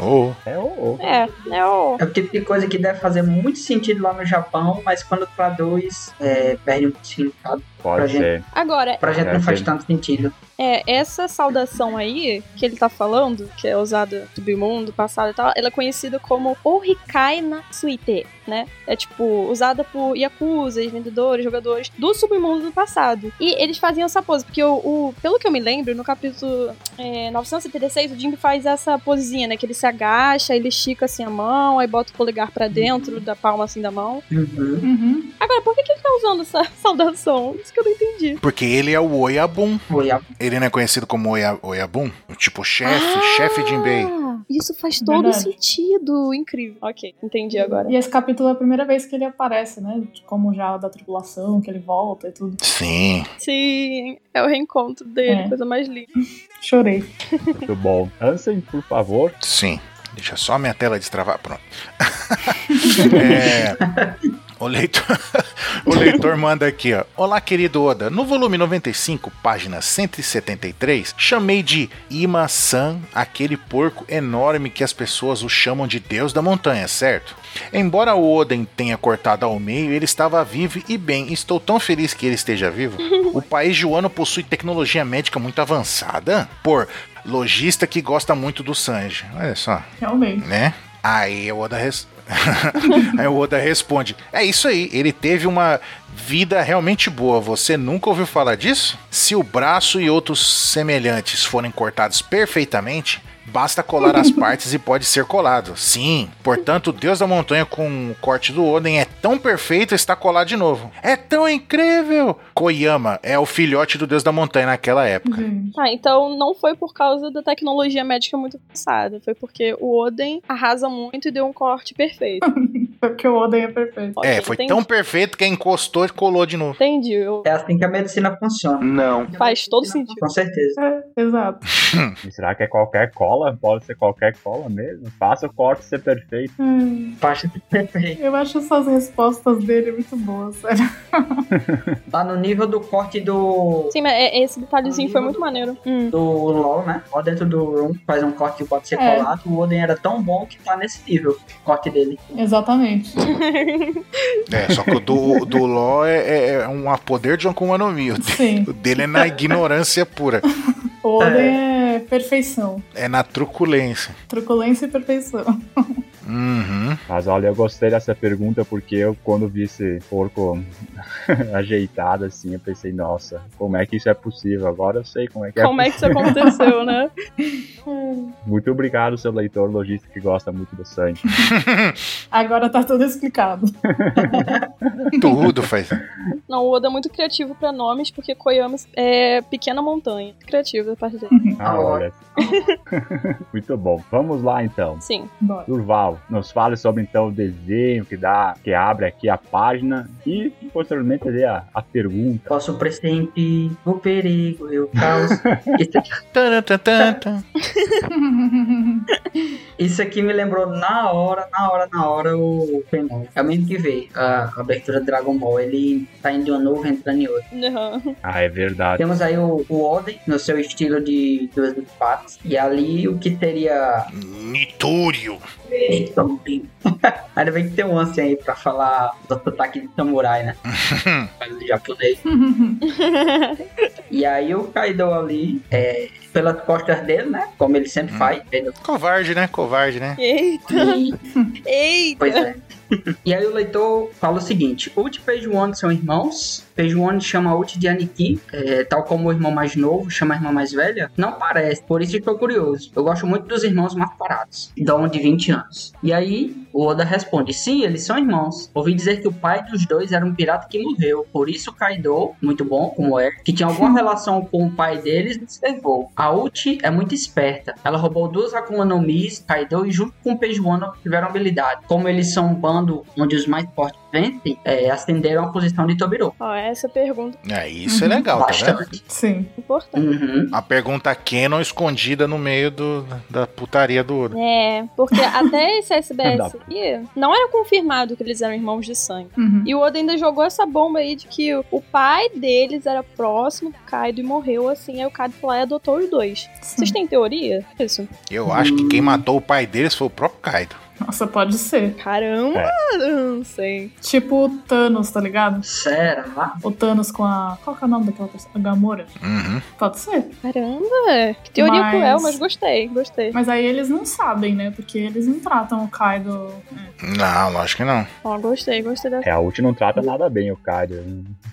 S5: Oh.
S1: É O-O.
S4: É, é o.
S3: É o tipo de coisa que deve fazer muito sentido lá no Japão, mas quando traduz, é, perde um significado. Pra
S1: Pode
S3: gente-
S1: ser.
S4: Agora,
S3: Pra gente
S1: É,
S3: não faz
S1: sim.
S3: tanto sentido.
S4: É, essa saudação aí que ele tá falando, que é usada do submundo, passado e tal, ela é conhecida como Orikai na Suite, né? É tipo, usada por yakuzas, vendedores, jogadores do submundo do passado. E eles faziam essa pose, porque o, o- pelo que eu me lembro, no capítulo é, 976, o Jimmy faz essa posezinha, né? Que ele se agacha, ele estica assim a mão, aí bota o polegar pra dentro da palma assim da mão.
S3: Uhum.
S2: Uhum.
S4: Agora, por que, que ele tá usando essa saudação? Isso que eu não entendi.
S5: Porque ele é o Oiabun.
S3: Foi a-
S5: Ele não é conhecido como Oia, Oiabun? O Tipo chefe,
S4: Ah!
S5: chefe Jinbei.
S4: Isso faz todo
S2: Verdade.
S4: sentido. Incrível. é Ok, entendi agora.
S2: E esse capítulo é a primeira vez que ele aparece, né? Como já da tripulação, que ele volta e tudo.
S5: Sim.
S4: Sim, é o reencontro dele,
S2: É.
S4: coisa mais linda.
S2: Chorei.
S1: Muito bom. Ansem, por favor.
S5: Sim. Deixa só minha tela destravar, pronto. É, o, leitor, o leitor manda aqui, ó. Olá, querido Oda. No volume 95, página 173, chamei de Ima-san aquele porco enorme que as pessoas o chamam de Deus da Montanha, certo? Embora o Oden tenha cortado ao meio, ele estava vivo e bem. Estou tão feliz que ele esteja vivo. O país Joano possui tecnologia médica muito avançada. Por lojista que gosta muito do Sanji. Olha só
S2: Realmente.
S5: né? Aí o Oda, res... aí o Oda responde: É isso aí, ele teve uma vida realmente boa. Você nunca ouviu falar disso? Se o braço e outros semelhantes forem cortados perfeitamente, basta colar as partes e pode ser colado. Sim, portanto, o Deus da Montanha com o corte do Oden é tão perfeito está colado de novo. É tão incrível! Koyama é o filhote do Deus da Montanha naquela época.
S2: Gente.
S4: Ah, então não foi por causa da tecnologia médica muito avançada, foi porque o Oden arrasa muito e deu um corte perfeito.
S2: É porque o Oden é perfeito.
S4: Ok,
S5: É, foi
S4: entendi.
S5: tão perfeito que encostou e colou de novo.
S4: Entendi, eu-
S3: É assim que a medicina funciona. Não.
S4: faz todo sentido.
S3: Com certeza.
S2: É, exato.
S1: E será que é qualquer cola? Pode ser qualquer cola mesmo? Faça o corte ser perfeito.
S2: Hum,
S3: Faixa de perfeito.
S2: Eu acho essas respostas dele muito boas, sério.
S3: Tá no nível do corte do.
S4: Sim, mas é- esse detalhezinho foi muito maneiro. Hum.
S3: Do LOL, né? Lá dentro do Room faz um corte que pode ser
S2: É.
S3: colado. O Oden era tão bom que tá nesse nível. O corte dele.
S2: Exatamente.
S5: É, só que o do, do Ló é, é- é um a poder de Akuma no Mi. O de-
S2: Sim.
S5: o dele é na ignorância pura.
S2: O Oden é perfeição.
S5: É na truculência.
S2: Truculência e perfeição.
S5: Uhum.
S1: Mas olha, eu gostei dessa pergunta porque eu, quando vi esse porco ajeitado assim, eu pensei, nossa, como é que isso é possível? Agora eu sei como é que
S6: Como
S1: é.
S6: é que isso aconteceu, né?
S1: Muito obrigado, seu leitor lojista que gosta muito do sangue.
S2: Agora tá tudo explicado.
S5: Tudo faz.
S4: Não, o Oda é muito criativo pra nomes, porque Koyama é pequena montanha. Criativo da parte dele.
S1: Ah, olha. muito bom. Vamos lá então.
S4: Sim.
S2: Bora.
S1: Durval, nos fale sobre então o desenho que dá, que abre aqui a página e posteriormente ali a, a pergunta.
S3: Posso pressentir o perigo e o caos. Isso aqui,
S5: Tarantantanta.
S3: isso aqui me lembrou na hora, na hora, na hora o Penal. É o mesmo que vê a abertura de Dragon Ball. Ele tá indo de uma nuvem, entrando em outra.
S4: Aham.
S1: Ah, é verdade.
S3: Temos aí o, o Oden no seu estilo de duas partes. E ali o que teria.
S5: Nitúrio.
S3: Eita, um tempo. Ainda bem que tem um lance aí pra falar do ataque de samurai, né? Do japonês. E aí o Kaido ali, é, pelas costas dele, né? Como ele sempre faz. ele- é assim,
S5: Covarde, né? Covarde, né?
S4: Eita. Eita.
S3: Pois é. e aí o leitor fala o seguinte: Uchi e Peijuan são irmãos. Peijuan chama Uchi de Aniki, é, tal como o irmão mais novo chama a irmã mais velha. Não parece, por isso estou curioso. Eu gosto muito dos irmãos mais parados, da um de 20 anos. E aí o Oda responde: Sim, eles são irmãos. Ouvi dizer que o pai dos dois era um pirata que morreu. Por isso Kaido, muito bom, como é, que tinha alguma relação com o pai deles, observou. A Uchi é muito esperta. Ela roubou duas Akuma no Mis, Kaido e junto com o Pejuano tiveram habilidade. Como eles são um bando onde os mais fortes vencem, é, ascenderam à posição de Tobiro.
S4: Ó, essa pergunta
S5: É, isso é legal, tá vendo?
S3: Bastante.
S2: Sim.
S4: é importante.
S3: Uhum.
S5: A pergunta Canon escondida no meio do, da putaria do ouro.
S4: É, porque até esse
S1: Dá
S4: SBS
S1: pra-
S4: aqui, não era confirmado que eles eram irmãos de sangue.
S2: Uhum.
S4: E o Oda ainda jogou essa bomba aí de que o pai deles era próximo do Kaido e morreu assim. Aí o Kaido foi lá e adotou os dois. Vocês
S2: Sim.
S4: têm teoria? Isso.
S5: Eu acho que quem matou o pai deles foi o próprio Kaido.
S2: Nossa, pode ser.
S4: Caramba, não sei.
S2: Tipo o Thanos, tá ligado?
S3: Será?
S2: O Thanos com a. Qual que é o nome daquela pessoa? A Gamora?
S5: Uhum.
S2: Pode ser.
S4: Caramba, que teoria
S2: Mas-
S4: cruel, mas gostei, gostei.
S2: Mas aí eles não sabem, né? Porque eles não tratam o Kaido.
S5: Não, lógico que não.
S4: Ó, gostei, gostei dessa.
S1: É, a Ult não trata nada bem o Kaido,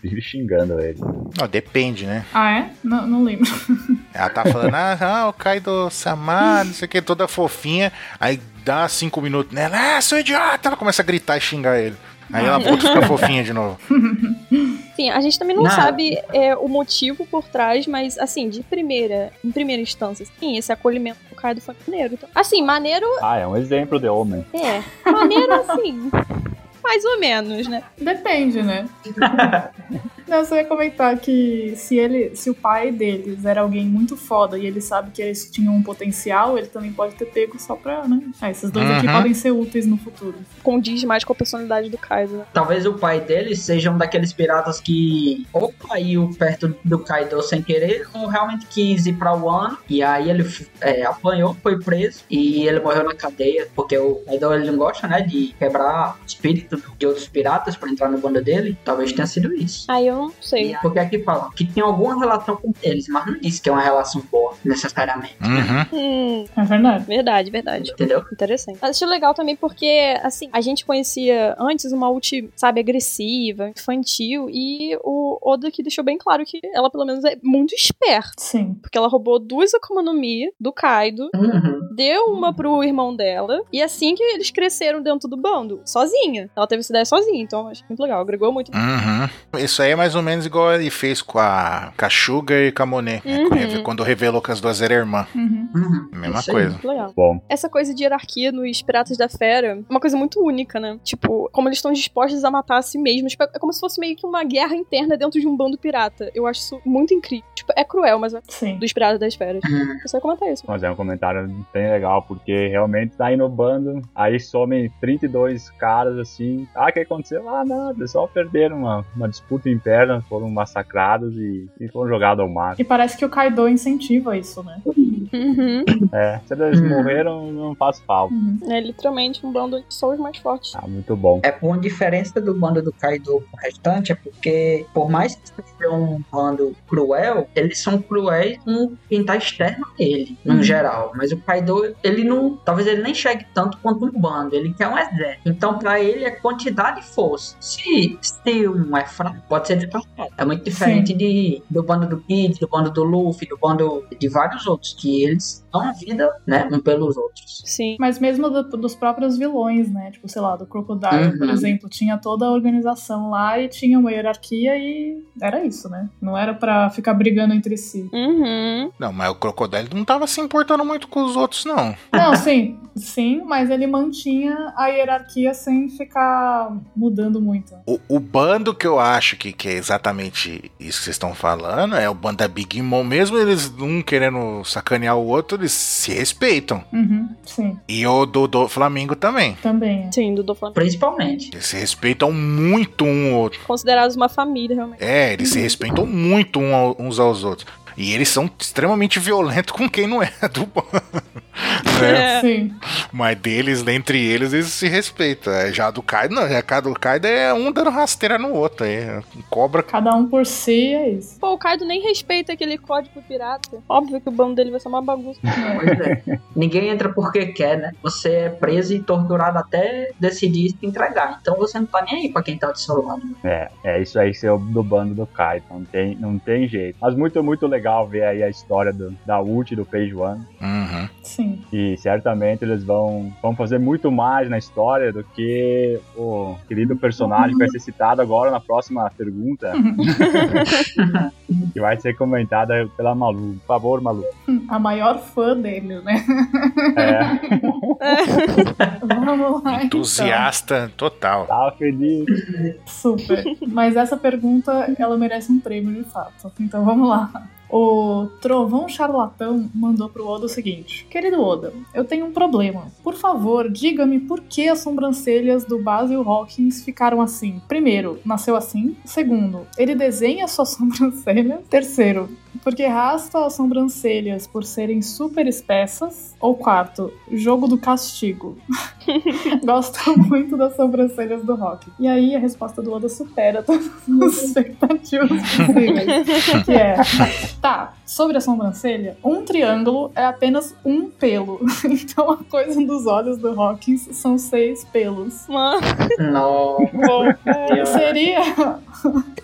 S1: vive xingando ele.
S5: Não, depende, né?
S2: Ah, é? Não, não lembro.
S5: Ela tá falando, ah, ah, o Kaido Samar, não sei o que, toda fofinha. Aí dá cinco minutos nela, ah, seu idiota! Ela começa a gritar e xingar ele. Aí ela volta a ficar fofinha de novo.
S4: Enfim, a gente também não,
S3: Não.
S4: sabe é, o motivo por trás, mas assim, de primeira, em primeira instância, sim, esse acolhimento do Kaido foi maneiro. Então, assim, maneiro
S1: Ah, é um exemplo de homem.
S4: é. Maneiro assim. Mais ou menos, né?
S2: Depende, né? Não, eu só ia comentar que se ele. Se o pai deles era alguém muito foda e ele sabe que eles tinham um potencial, ele também pode ter pego só pra, né? Ah, esses dois aqui
S5: Uhum.
S2: podem ser úteis no futuro.
S4: Condiz mais com a personalidade do Kaido, né?
S3: Talvez o pai deles seja um daqueles piratas que ou caiu perto do Kaido sem querer, ou realmente quis ir pra Wano, e aí ele é, apanhou, foi preso, e ele morreu na cadeia, porque o Kaido ele não gosta, né, de quebrar o espírito de outros piratas pra entrar no bando dele. Talvez tenha sido isso.
S4: Aí eu não
S3: E
S4: sei.
S3: Porque aqui fala que tem alguma relação com eles, mas não diz que é uma relação boa, necessariamente,
S5: Uhum.
S4: Hum,
S2: É verdade.
S4: verdade, verdade.
S3: entendeu?
S4: Interessante. Mas achei legal também porque, assim, a gente conhecia antes uma ult, sabe, agressiva, infantil, e o Oda que deixou bem claro que ela, pelo menos, é muito esperta.
S2: Sim.
S4: Porque ela roubou duas Akuma no Mi do Kaido,
S3: Uhum.
S4: deu uma pro irmão dela, e assim que eles cresceram dentro do bando, sozinha. Ela teve essa ideia sozinha, então acho muito legal, agregou muito.
S5: Uhum. Isso aí é mais ou menos igual ele fez com a Cachuga e com a Monet, né?
S4: Uhum.
S5: Quando reve- Quando revelou que as duas eram irmã.
S2: Uhum.
S3: Uhum.
S5: Mesma
S3: Isso aí.
S5: coisa.
S4: Muito legal.
S1: Bom,
S4: Essa coisa de hierarquia nos Piratas da Fera é uma coisa muito única, né? Tipo, como eles estão dispostos a matar a si mesmos. Tipo, é como se fosse meio que uma guerra interna dentro de um bando pirata. Eu acho isso muito incrível. Tipo, é cruel, mas é
S2: Sim.
S4: dos Piratas das Feras. Eu só ia comentar isso.
S1: mas é um comentário bem legal, porque realmente tá inovando, aí somem 32 caras assim. Ah, o que aconteceu? Ah, nada, só perderam uma, uma disputa caverna foram massacrados e, e foram jogados ao mar.
S2: E parece que o Kaido incentiva isso, né?
S6: Uhum.
S1: É, se eles
S3: Hum.
S1: morreram, não faz falta.
S2: Uhum.
S6: É literalmente um bando de só os mais fortes.
S1: Ah, muito bom.
S3: É por diferença do bando do Kaido pro restante, é porque, por mais que seja um bando cruel, eles são cruéis com quem tá externo a ele, no
S2: Uhum.
S3: geral. Mas o Kaido, ele não. Talvez ele nem chegue tanto quanto um bando, ele quer um exército. Então, pra ele, é quantidade e força. Se, se um é fraco, pode ser descartado. É muito diferente de, do bando do Kid, do bando do Luffy, do bando de vários outros, que eles dão a vida, né, um pelos outros.
S6: Sim.
S2: Mas mesmo do- dos próprios vilões, né? Tipo, sei lá, do Crocodile, por
S3: Uhum.
S2: exemplo, tinha toda a organização lá e tinha uma hierarquia e era isso, né? Não era pra ficar brigando entre si.
S6: Uhum.
S5: Não, mas o Crocodile não tava se importando muito com os outros, não.
S2: Não, sim, sim, mas ele mantinha a hierarquia sem ficar mudando muito.
S5: O, o bando que eu acho que, que é exatamente isso que vocês estão falando é o bando da Big Mom. Mesmo eles um querendo sacanear o outro, eles se respeitam.
S2: Uhum, sim,
S5: E o do, do Flamengo também.
S2: também. é.
S6: Sim, do Flamengo.
S3: Principalmente.
S5: Eles se respeitam muito um ao outro.
S6: Considerados uma família, realmente.
S5: É, eles se respeitam muito um ao- uns aos outros. E eles são extremamente violentos com quem não é do bando. né?
S6: É.
S2: Sim.
S5: Mas deles, dentre eles, eles se respeitam. É, Já do Kaido, não. Já cada do Kaido é um dando rasteira no outro. É, cobra
S2: Cada um por si é isso.
S6: Pô, o Kaido nem respeita aquele código pirata. Óbvio que o bando dele vai ser uma bagunça.
S3: Pois é. Ninguém entra porque quer, né? Você é preso e torturado até decidir se entregar. Então você não tá nem aí pra quem tá do seu lado.
S1: É, é isso aí ser o- do bando do Kai. Não tem, não tem jeito. Mas muito, muito legal ver aí a história do, da ult do Page One.
S5: Uhum.
S2: Sim.
S1: E certamente eles vão, vão fazer muito mais na história do que o querido personagem que vai ser citado agora na próxima pergunta, que vai ser comentada pela Malu. Por favor, Malu.
S2: A maior fã dele, né?
S1: É,
S2: Vamos lá. então.
S5: Entusiasta total.
S1: tava tá feliz.
S2: Super. Mas essa pergunta, ela merece um prêmio de fato. Então vamos lá. O Trovão Charlatão mandou pro Oda o seguinte: Querido Oda, eu tenho um problema. Por favor, diga-me por que as sobrancelhas do Basil Hawkins ficaram assim. Primeiro, nasceu assim. Segundo, ele desenha sua sobrancelha. Terceiro, porque raspa as sobrancelhas por serem super espessas. Ou quarto, jogo do castigo. Gosto muito das sobrancelhas do Rock. E aí a resposta do Oda supera todas as expectativas possíveis. que é. Tá, sobre a sobrancelha, um triângulo é apenas um pelo. Então a coisa dos olhos do Hawkins são seis pelos.
S6: Mano,
S3: Não.
S6: bom. É.
S2: Seria.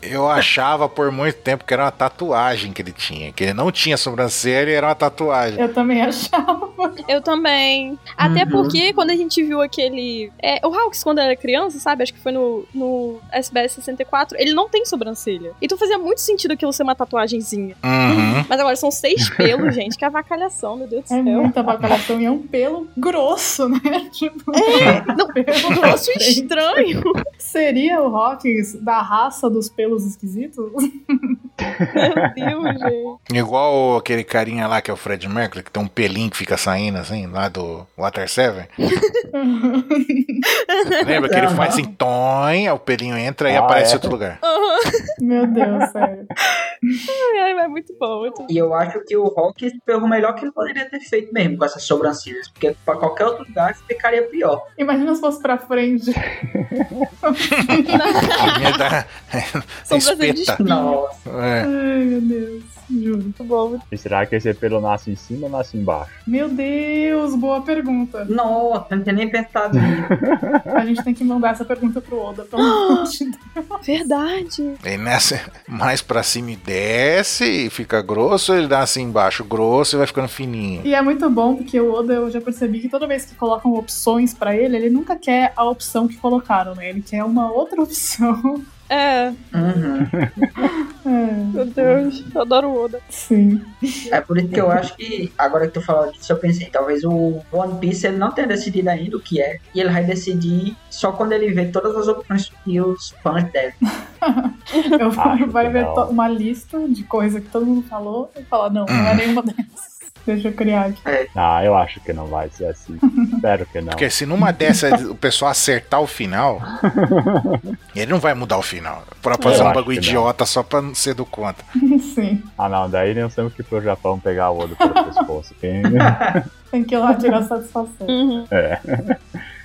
S5: Eu achava por muito tempo que era uma tatuagem que ele tinha. Que ele não tinha sobrancelha e era uma tatuagem.
S2: Eu também achava.
S6: Eu também. Até
S3: Uhum.
S6: porque quando a gente viu aquele. é, o Hawks, quando era criança, sabe? Acho que foi no, no SBS 64, ele não tem sobrancelha. Então fazia muito sentido aquilo ser uma tatuagenzinha.
S5: Uhum.
S6: Mas agora são seis pelos, gente. Que avacalhação, meu Deus do
S2: É
S6: céu.
S2: muita bacalhação e é um pelo grosso, né? Tipo,
S6: É, não,
S2: pelo
S6: Nossa, um estranho.
S2: Seria o Hawkins da raça dos pelos esquisitos?
S6: Meu Deus, gente.
S5: Igual aquele carinha lá que é o Fred Mercury, que tem um pelinho que fica saindo assim, lá do Water Seven. Lembra que ele
S3: Aham.
S5: faz assim, toin, aí o pelinho entra e
S1: Ah,
S5: aparece em
S1: é?
S5: outro lugar.
S6: Aham.
S2: Meu Deus, sério.
S6: É, é muito bom. Muito...
S3: E eu acho que o Rock foi o melhor que ele poderia ter feito mesmo com essas sobrancelhas. Porque pra qualquer outro lugar ficaria pior.
S2: Imagina se fosse pra frente.
S5: Ia dar-
S4: um
S6: Sobrancelha de
S5: Espeta.
S6: espinho.
S3: Nossa.
S5: É.
S2: Ai, meu Deus. Juro.
S6: Muito bom. muito-
S1: E será que esse pelo nasce em cima ou nasce embaixo?
S2: Meu Deus, boa pergunta.
S3: Nossa, não tinha nem pensado nisso.
S2: A gente tem que mandar essa pergunta pro Oda, pelo amor de Deus.
S6: Verdade.
S5: Ele nasce mais pra cima e desce e fica grosso, ou ele nasce embaixo grosso e vai ficando fininho.
S2: E é muito bom, porque o Oda, eu já percebi que toda vez que colocam opções pra ele, ele nunca quer a opção que colocaram, né? Ele quer uma outra opção.
S6: É,
S3: Uhum.
S2: É,
S6: meu Deus. Eu adoro o Oda.
S2: sim.
S3: É por isso que eu acho que, agora que tu falou disso, eu pensei, talvez o One Piece ele não tenha decidido ainda o que é, e ele vai decidir só quando ele vê todas as opções que os fãs devem.
S2: Eu
S1: Acho
S2: vai ver
S1: legal.
S2: to- uma lista de coisa que todo mundo falou e falar, não, não é nenhuma dessas. Deixa eu criar aqui.
S1: Ah, eu acho que não vai ser assim. Espero que não.
S5: Porque se numa dessas o pessoal acertar o final, ele não vai mudar o final. Pra fazer
S1: Eu
S5: um
S1: acho
S5: bagulho
S1: que não.
S5: idiota só pra não ser do conta.
S2: Sim.
S1: Ah, não, daí nós temos que ir pro Japão pegar o olho pelo pescoço. Quem-
S2: Tem que ir lá tirar satisfação.
S6: Uhum.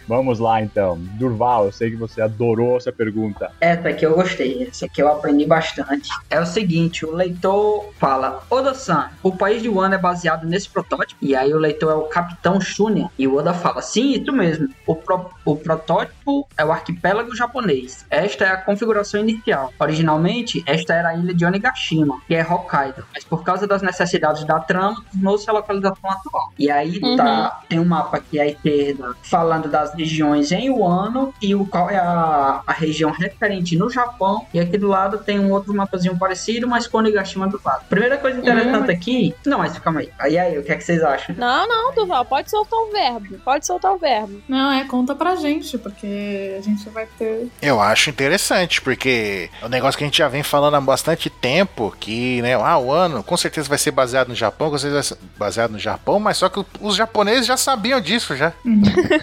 S1: Vamos lá então. Durval, eu sei que você adorou essa pergunta.
S3: Essa aqui eu gostei, essa aqui eu aprendi bastante. É o seguinte, o leitor fala, Oda-san, o país de Wano é baseado nesse protótipo? E aí o leitor é o Capitão Shunya. E o Oda fala, sim, isso mesmo. O, pro- o protótipo é o arquipélago japonês. Esta é a configuração inicial. Originalmente, esta era a ilha de Onigashima, que é Hokkaido. Mas por causa das necessidades da trama, tornou-se a localização atual. E aí tá, tem um mapa aqui à esquerda falando das regiões em Wano e o qual é a, a região referente no Japão. E aqui do lado tem um outro mapazinho parecido, mas com Onigashima do lado. Primeira coisa interessante aqui. Não, mas calma aí. Aí aí, o que é que vocês acham?
S6: Não, não, Duval, pode soltar o verbo. Pode soltar o verbo.
S2: Não, é, conta pra gente, porque a gente vai ter.
S5: Eu acho interessante, porque é um negócio que a gente já vem falando há bastante tempo, que, né, ah, o ano com certeza vai ser baseado no Japão, com certeza vai ser baseado no Japão, mas só que os japoneses já sabiam disso já.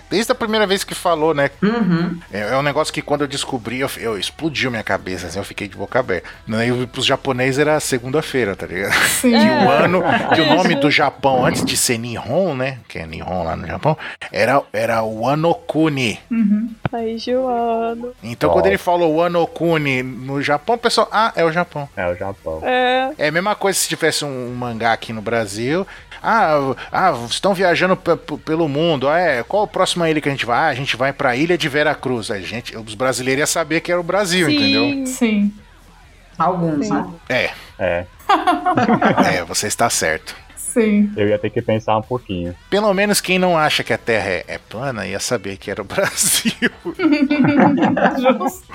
S5: Desde a primeira vez que falou, né,
S3: Uhum.
S5: É, é um negócio que quando eu descobri, eu, eu explodiu minha cabeça, assim, eu fiquei de boca aberta. Né, E pros japoneses era segunda-feira, tá ligado?
S2: Sim.
S5: Que
S6: É.
S5: o ano, que o nome do Japão, antes de ser Nihon, né? Que é Nihon lá no Japão, era, era Wanokuni.
S2: Uhum.
S6: Aí, Joana.
S5: Então
S1: Nossa.
S5: quando ele falou Wanokuni no Japão, o pessoal, ah, é o Japão.
S1: É o Japão.
S6: É.
S5: É a mesma coisa se tivesse um, um mangá aqui no Brasil. Ah, ah estão viajando pe- pe- pelo mundo. Ah, é, qual a próxima ilha que a gente vai? Ah, a gente vai pra Ilha de Veracruz. A gente, os brasileiros iam saber que era o Brasil, entendeu?
S2: Sim.
S3: Alguns,
S6: Sim.
S3: né?
S5: É,
S1: É,
S5: É, você está certo.
S2: Sim.
S1: eu ia ter que pensar um pouquinho.
S5: Pelo menos quem não acha que a Terra é, é plana ia saber que era o Brasil.
S2: Justo.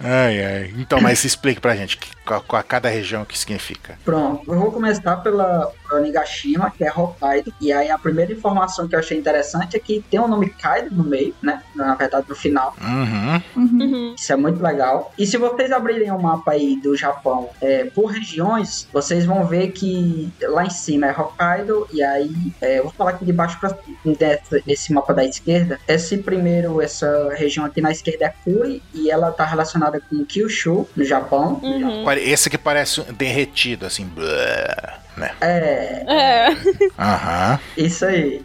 S5: ai, ai. Então, mas explique pra gente que, qual, qual- cada região que significa.
S3: Pronto, eu vou começar pela pela Onigashima, que é Hokkaido. E aí a primeira informação que eu achei interessante é que tem o nome Kaido no meio, né? Na verdade, no final.
S5: Uhum.
S2: Uhum.
S6: Uhum.
S3: Isso é muito legal. E se vocês abrirem o mapa aí do Japão é, por regiões, vocês vão ver que lá em cima é Hokkaido, e aí, é, eu vou falar aqui de baixo pra dessa- nesse mapa da esquerda. Esse primeiro, essa região aqui na esquerda é Kuri, e ela tá relacionada com Kyushu, no Japão.
S6: Uhum.
S5: Olha, Esse que parece um derretido, assim. blá.
S3: É,
S6: É.
S5: Aham.
S3: isso aí.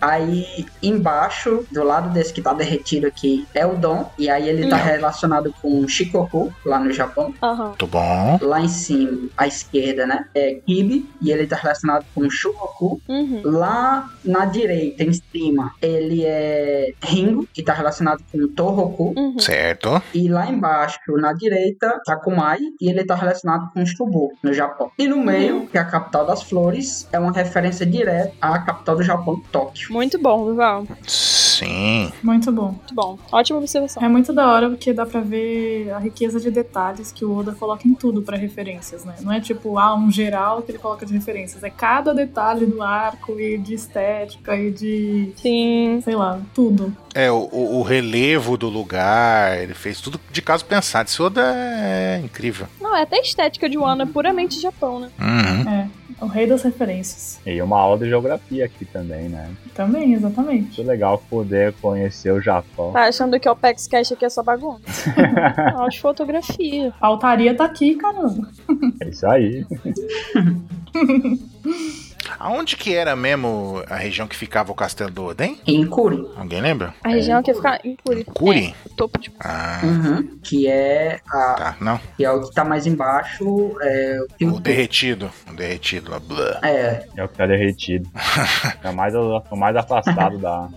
S3: aí embaixo, do lado desse que tá derretido aqui, é o Don, e aí ele tá relacionado com Shikoku, lá no Japão.
S6: Aham.
S5: Muito bom.
S3: lá em cima, à esquerda, né? É Kibi, e ele tá relacionado com Shuhoku.
S6: Uhum.
S3: Lá na direita, em cima, ele é Ringo, que tá relacionado com Tohoku.
S6: Uhum.
S5: Certo.
S3: E lá embaixo, na direita, Takumai, e ele tá relacionado com Chubu, no Japão. E no meio, que é a capital das flores, é uma referência direta à capital do Japão, Tóquio.
S6: Muito bom, Duval. Muito
S5: Sim.
S2: Muito bom.
S6: bom. Ótima observação.
S2: É muito da hora porque dá pra ver a riqueza de detalhes que o Oda coloca em tudo pra referências, né? Não é tipo, ah, um geral que ele coloca de referências. É cada detalhe do arco e de estética e de.
S6: Sim.
S2: sei lá, tudo.
S5: É, o, o- o relevo do lugar, ele fez tudo de caso pensado. Isso Oda é incrível.
S6: Não, é até a estética de Wano é puramente Japão, né?
S5: Uhum.
S2: É o rei das referências.
S1: E uma aula de geografia aqui também, né?
S2: Também, exatamente.
S1: Muito legal poder conhecer o Japão.
S6: Tá achando que o Opex Cash aqui é só bagunça? Não, de fotografia.
S2: A altaria tá aqui, caramba.
S1: É isso aí.
S5: Aonde que era mesmo a região que ficava o castelo do Oden?
S3: Em Kuri,
S5: Alguém lembra?
S6: A região que fica impura.
S5: Curi?
S6: É, o topo de...
S5: Ah,
S3: uhum, que é a,
S5: tá. Não.
S3: que é o que tá mais embaixo, é o
S5: O
S3: Kyushu.
S5: derretido. O derretido lá. blá.
S3: É,
S1: É o que tá derretido. É o mais, o mais afastado da.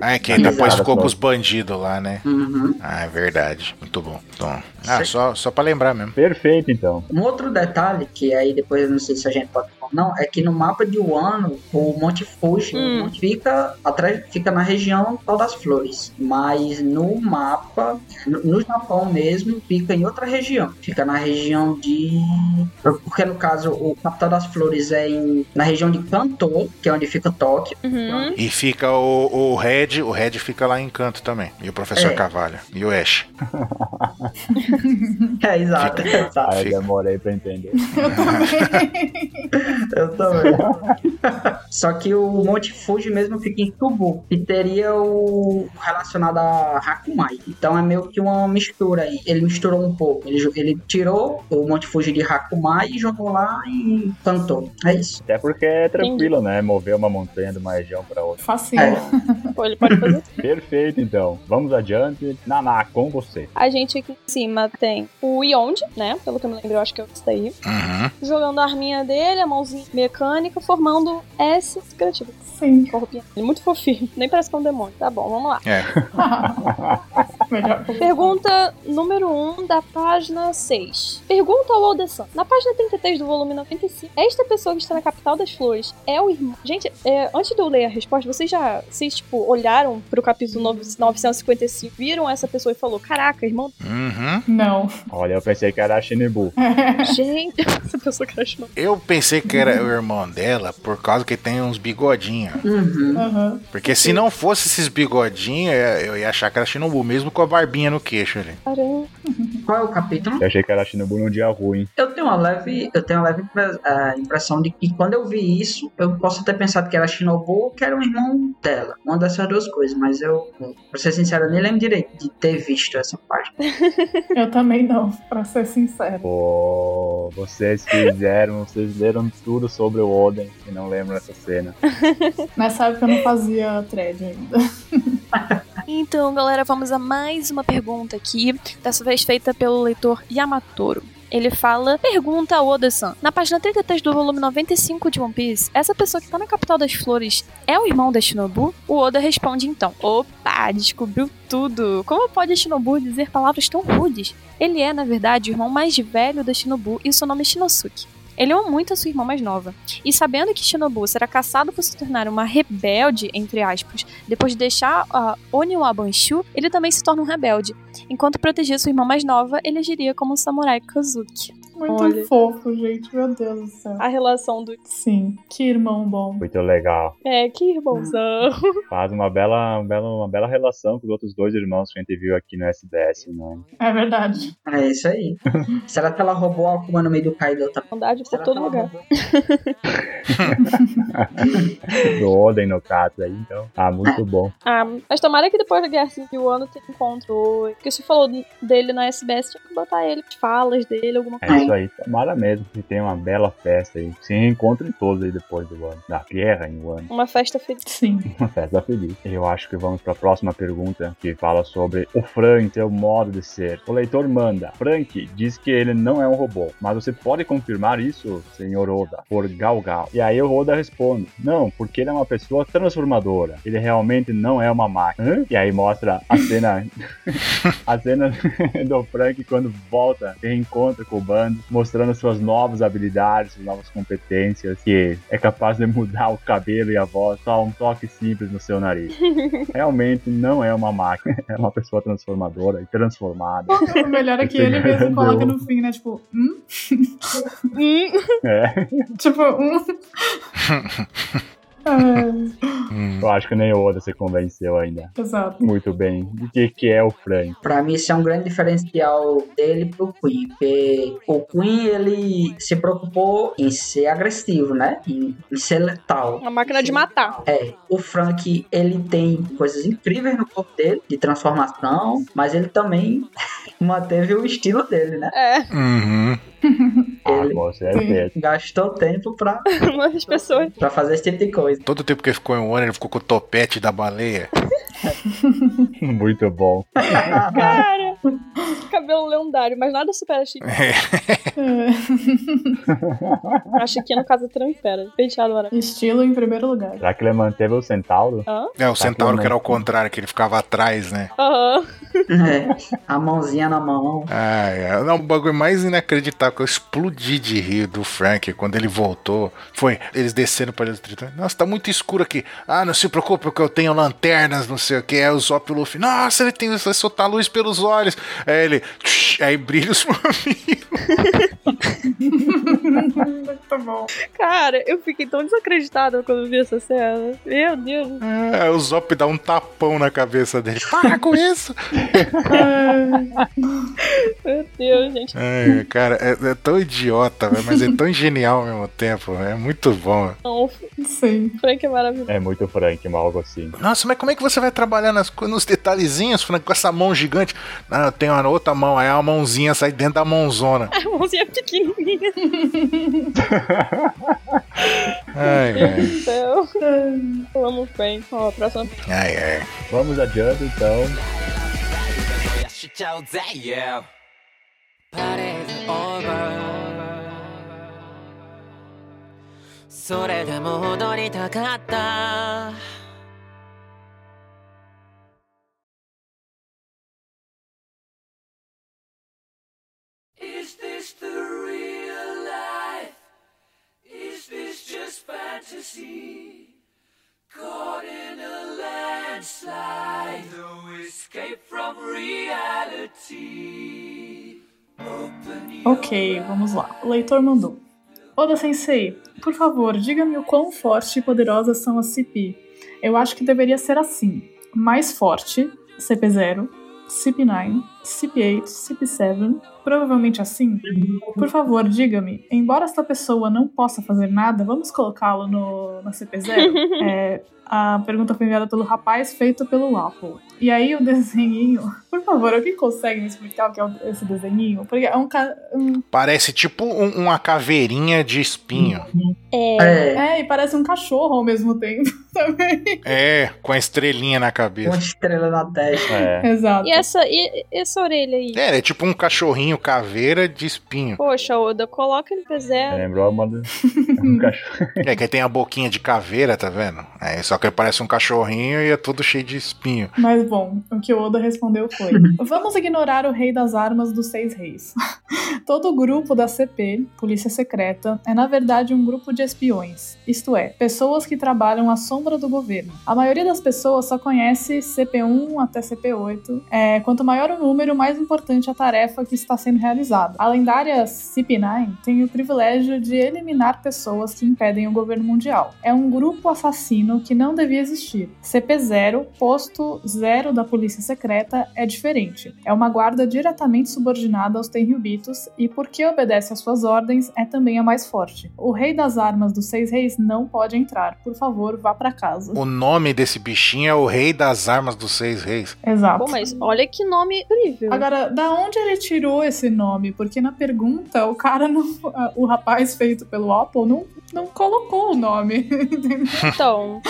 S5: Ah, é que ele depois
S1: Exato.
S5: ficou com os bandidos lá, né?
S3: uhum.
S5: Ah, é verdade. Muito bom. Então, ah,
S3: Sei.
S5: só, só pra lembrar mesmo.
S1: Perfeito, então.
S3: Um outro detalhe, que aí depois eu não sei se a gente pode falar, não, é que no mapa de Wano, o Monte Fuji
S6: Hum.
S3: não fica, atrás, fica na região tal das flores. Mas no mapa, no, no Japão mesmo, fica em outra região. Fica na região de. Porque no caso, o Capital das Flores é em, na região de Kanto, que é onde fica Tóquio.
S6: Uhum.
S5: E fica o, o Red, o Red fica lá em canto também. E o professor
S3: É.
S5: Cavalho. E o Ash.
S3: É, exato. exato.
S1: Ah, eu
S5: Fica.
S1: demorei pra entender.
S2: Eu também.
S3: Eu também. Só que o Monte Fuji mesmo fica em Tubu, que teria o relacionado a Hakumai. Então é meio que uma mistura aí. Ele misturou um pouco. Ele, ju- ele tirou o Monte Fuji de Hakumai e jogou lá e cantou. É isso.
S1: Até porque é tranquilo, né? Mover uma montanha de uma região pra outra.
S2: Facinho.
S3: É.
S4: Pô, ele pode fazer tudo.
S1: Perfeito, então. Vamos adiante. Naná, com você.
S4: A gente aqui em cima tem o Yonde, né? Pelo que eu me lembro, eu acho que é isso daí.
S5: Uhum.
S4: Jogando a arminha dele, a mãozinha mecânica, formando S criativo.
S2: Sim.
S4: Com a roupinha dele. Muito fofinho. Nem parece que é um demônio. Tá bom, vamos lá.
S5: É.
S2: Melhor.
S4: Pergunta número 1 um da página 6. Pergunta ao Aldesan. Na página 33 do volume 95, esta pessoa que está na capital das flores é o irmão. Gente, é, antes de eu ler a resposta, vocês já. Vocês, tipo, olharam pro capítulo 9- 955, viram essa pessoa e falou: Caraca, irmão.
S5: Uhum.
S2: Não.
S1: Olha, eu pensei que era a Shinibu.
S4: Gente, essa pessoa que era chamada.
S5: Eu pensei que era o irmão dela por causa que tem uns bigodinhos.
S3: Uhum.
S2: Aham.
S5: Porque se não fosse esses bigodinhos, eu ia achar que era Shinobu, mesmo com a barbinha no queixo ali.
S4: Caramba.
S3: Qual é o capítulo?
S1: Eu achei que era a Shinibu num dia ruim.
S3: Eu tenho uma leve, eu tenho uma leve impre- a impressão de que quando eu vi isso, eu posso ter pensado que era Shinobu ou que era um irmão dela. Uma dessas duas coisas, mas eu, pra ser sincero, eu nem lembro direito de ter visto essa página.
S2: Eu também não, pra ser sincero.
S1: Pô, vocês fizeram, vocês leram tudo sobre o Oden e não lembram dessa cena.
S2: Nessa época eu não fazia thread ainda.
S4: Então, galera, vamos a mais uma pergunta aqui, dessa vez feita pelo leitor Yamatoro. Ele fala: Pergunta ao Oda-san. Na página 33 do volume 95 de One Piece, essa pessoa que tá na capital das flores é o irmão da Shinobu? O Oda responde então: Opa, descobriu tudo. Como pode a Shinobu dizer palavras tão rudes? Ele é, na verdade, o irmão mais velho da Shinobu e seu nome é Shinosuke. Ele ama muito a sua irmã mais nova. E sabendo que Shinobu será caçado por se tornar uma rebelde, entre aspas, depois de deixar a Oniwa Banshu, ele também se torna um rebelde. Enquanto protegia sua irmã mais nova, ele agiria como um samurai Kazuki.
S2: Muito
S4: Olha.
S2: fofo, gente. Meu Deus do céu.
S4: A relação do.
S2: Sim. Que irmão bom.
S1: Muito legal.
S4: É, que irmãozão.
S1: Faz uma bela, um belo- uma bela relação com os outros dois irmãos que a gente viu aqui no SBS, né?
S2: É verdade.
S3: É isso aí. Será que ela roubou a Akuma no meio do Kaido também?
S4: Bondade por
S3: Será
S4: todo
S3: que ela
S4: lugar.
S3: roubou?
S1: Do Oden, no caso aí, então. Ah, muito bom.
S4: Ah, mas tomara que depois da Guerra Civil ano tenha encontro. Porque se falou dele na SBS, tinha que botar ele, falas dele, alguma
S1: É isso aí. Tomara mesmo que tenha uma bela festa aí. Se reencontrem todos aí depois do ano. Da guerra em Wano.
S4: Uma festa feliz.
S2: Sim.
S1: Uma festa feliz. Eu acho que vamos para a próxima pergunta, que fala sobre o Frank, seu modo de ser. O leitor manda: Frank diz que ele não é um robô, mas você pode confirmar isso, senhor Oda, por Gal Gal. E aí o Oda responde: Não, porque ele é uma pessoa transformadora. Ele realmente não é uma máquina. Hã? E aí mostra a cena a cena do Frank quando volta e encontra com o bando, mostrando suas novas habilidades, suas novas competências, que é capaz de mudar o cabelo e a voz, só um toque simples no seu nariz. Realmente não é uma máquina, é uma pessoa transformadora e transformada.
S2: O melhor é que ele mesmo coloca no fim, né? Tipo, hum?
S4: Hum,
S1: É,
S2: Tipo, hum? Ah,
S5: Hum.
S1: eu acho que nem o Oda se convenceu ainda
S2: exato.
S1: muito bem do que, que é o Frank.
S3: Pra mim, isso é um grande diferencial dele pro Queen, porque o Queen ele se preocupou em ser agressivo, né? Em, em ser letal.
S4: uma máquina de matar.
S3: É, o Frank ele tem coisas incríveis no corpo dele, de transformação, mas ele também manteve o estilo dele, né?
S4: É,
S5: Uhum.
S1: Ah, com certeza.
S3: Gastou tempo pra,
S4: umas pessoas.
S3: pra fazer esse tipo de coisa.
S5: Todo tempo que ele ficou em um ano, ele ficou com o topete da baleia.
S1: Muito bom.
S4: Cara, cabelo lendário, mas nada supera a Chique.
S2: É.
S4: A Chiquinha, no caso, transpera. Penteado, mano.
S2: Estilo em primeiro lugar.
S1: Será que ele manteve o centauro?
S5: É, o centauro que era ao contrário, que ele ficava atrás, né?
S4: Aham.
S3: É, a mãozinha na mão.
S5: Ah, é. Não, o bagulho mais inacreditável que eu explodi de rir do Frank quando ele voltou foi eles descendo para o tritão. Nossa, tá muito escuro aqui. Ah, não se preocupe, porque eu tenho lanternas, não sei o que. É o Zop e o Luffy. Nossa, ele tem vai soltar a luz pelos olhos. Aí ele. "Tsh", aí brilha os mamilos.
S2: Muito bom.
S4: Cara, eu fiquei tão desacreditada quando eu vi essa cena. Meu Deus.
S6: Hum.
S5: É, aí o Zop dá um
S2: É,
S5: tapão na cabeça dele. Para com isso!
S2: Ah,
S4: É, Meu Deus, gente.
S5: Ai, cara, é, é tão idiota, velho, mas é tão genial ao mesmo tempo. É muito bom.
S4: Não,
S2: Sim.
S4: Frank é maravilhoso.
S1: É muito Frank, mas algo assim.
S5: Nossa, mas como é que você vai trabalhar nas, co- nos detalhezinhos, Frank, com essa mão gigante? Ah, eu tenho uma outra mão, aí a mãozinha sai dentro da mãozona.
S4: A mãozinha pequenininha.
S5: Ai, velho.
S4: Então, eu amo o Frank. Ó, a próxima
S5: Ai, é. ai.
S1: Vamos adiando então.
S7: Party's over それでも踊りたかった
S2: Ok, vamos lá. O leitor mandou. Oda Sensei, por favor, diga-me o quão forte e poderosas são as CP. Eu acho que deveria ser assim: mais forte, CP0, CP9, CP8, CP7, provavelmente assim. Por favor, diga-me, embora esta pessoa não possa fazer nada, vamos colocá-lo no- na CP0? É, a pergunta foi enviada pelo rapaz, feita pelo Apple. E aí o desenhinho. Por favor, alguém consegue me explicar o que é o- esse desenhinho? Porque é um, ca- um
S5: Parece tipo um- uma caveirinha de espinho.
S4: É.
S3: É,
S2: É, e parece um cachorro ao mesmo tempo também.
S5: É, com a estrelinha na
S3: uma
S5: cabeça.
S3: estrela na testa.
S1: É.
S2: Exato.
S6: E essa, e, e essa orelha aí?
S5: É, é tipo um cachorrinho caveira de espinho.
S6: Poxa, Oda, coloca ele pra
S4: É.
S1: Me
S6: zero.
S1: Lembrou uma do... um cachorro.
S5: É, que aí tem a boquinha de caveira, tá vendo? É, só que ele parece um cachorrinho e é tudo cheio de espinho.
S2: Mas bom, o que o Oda respondeu foi: Vamos ignorar o rei das armas dos seis reis. Todo o grupo da CP, Polícia Secreta, é na verdade um grupo de espiões, isto é, pessoas que trabalham à sombra do governo. A maioria das pessoas só conhece CP1 até CP8. É, quanto maior o número, mais importante a tarefa que está sendo realizada. A lendária CP9 tem o privilégio de eliminar pessoas que impedem o governo mundial. É um grupo assassino que não devia existir. CP0, posto 0 da Polícia Secreta, é diferente. É uma guarda diretamente subordinada aos Tenryubitos e porque obedece às suas ordens é também a mais forte. O Rei das Armas dos Seis Reis não pode entrar. Por favor, vá pra casa.
S5: O nome desse bichinho é o Rei das Armas dos Seis Reis.
S2: Exato.
S6: Pô, mas olha que nome incrível.
S2: Agora, da onde ele tirou esse nome? Porque na pergunta, o cara, não, o rapaz feito pelo Apple, não, não colocou o nome.
S6: Então,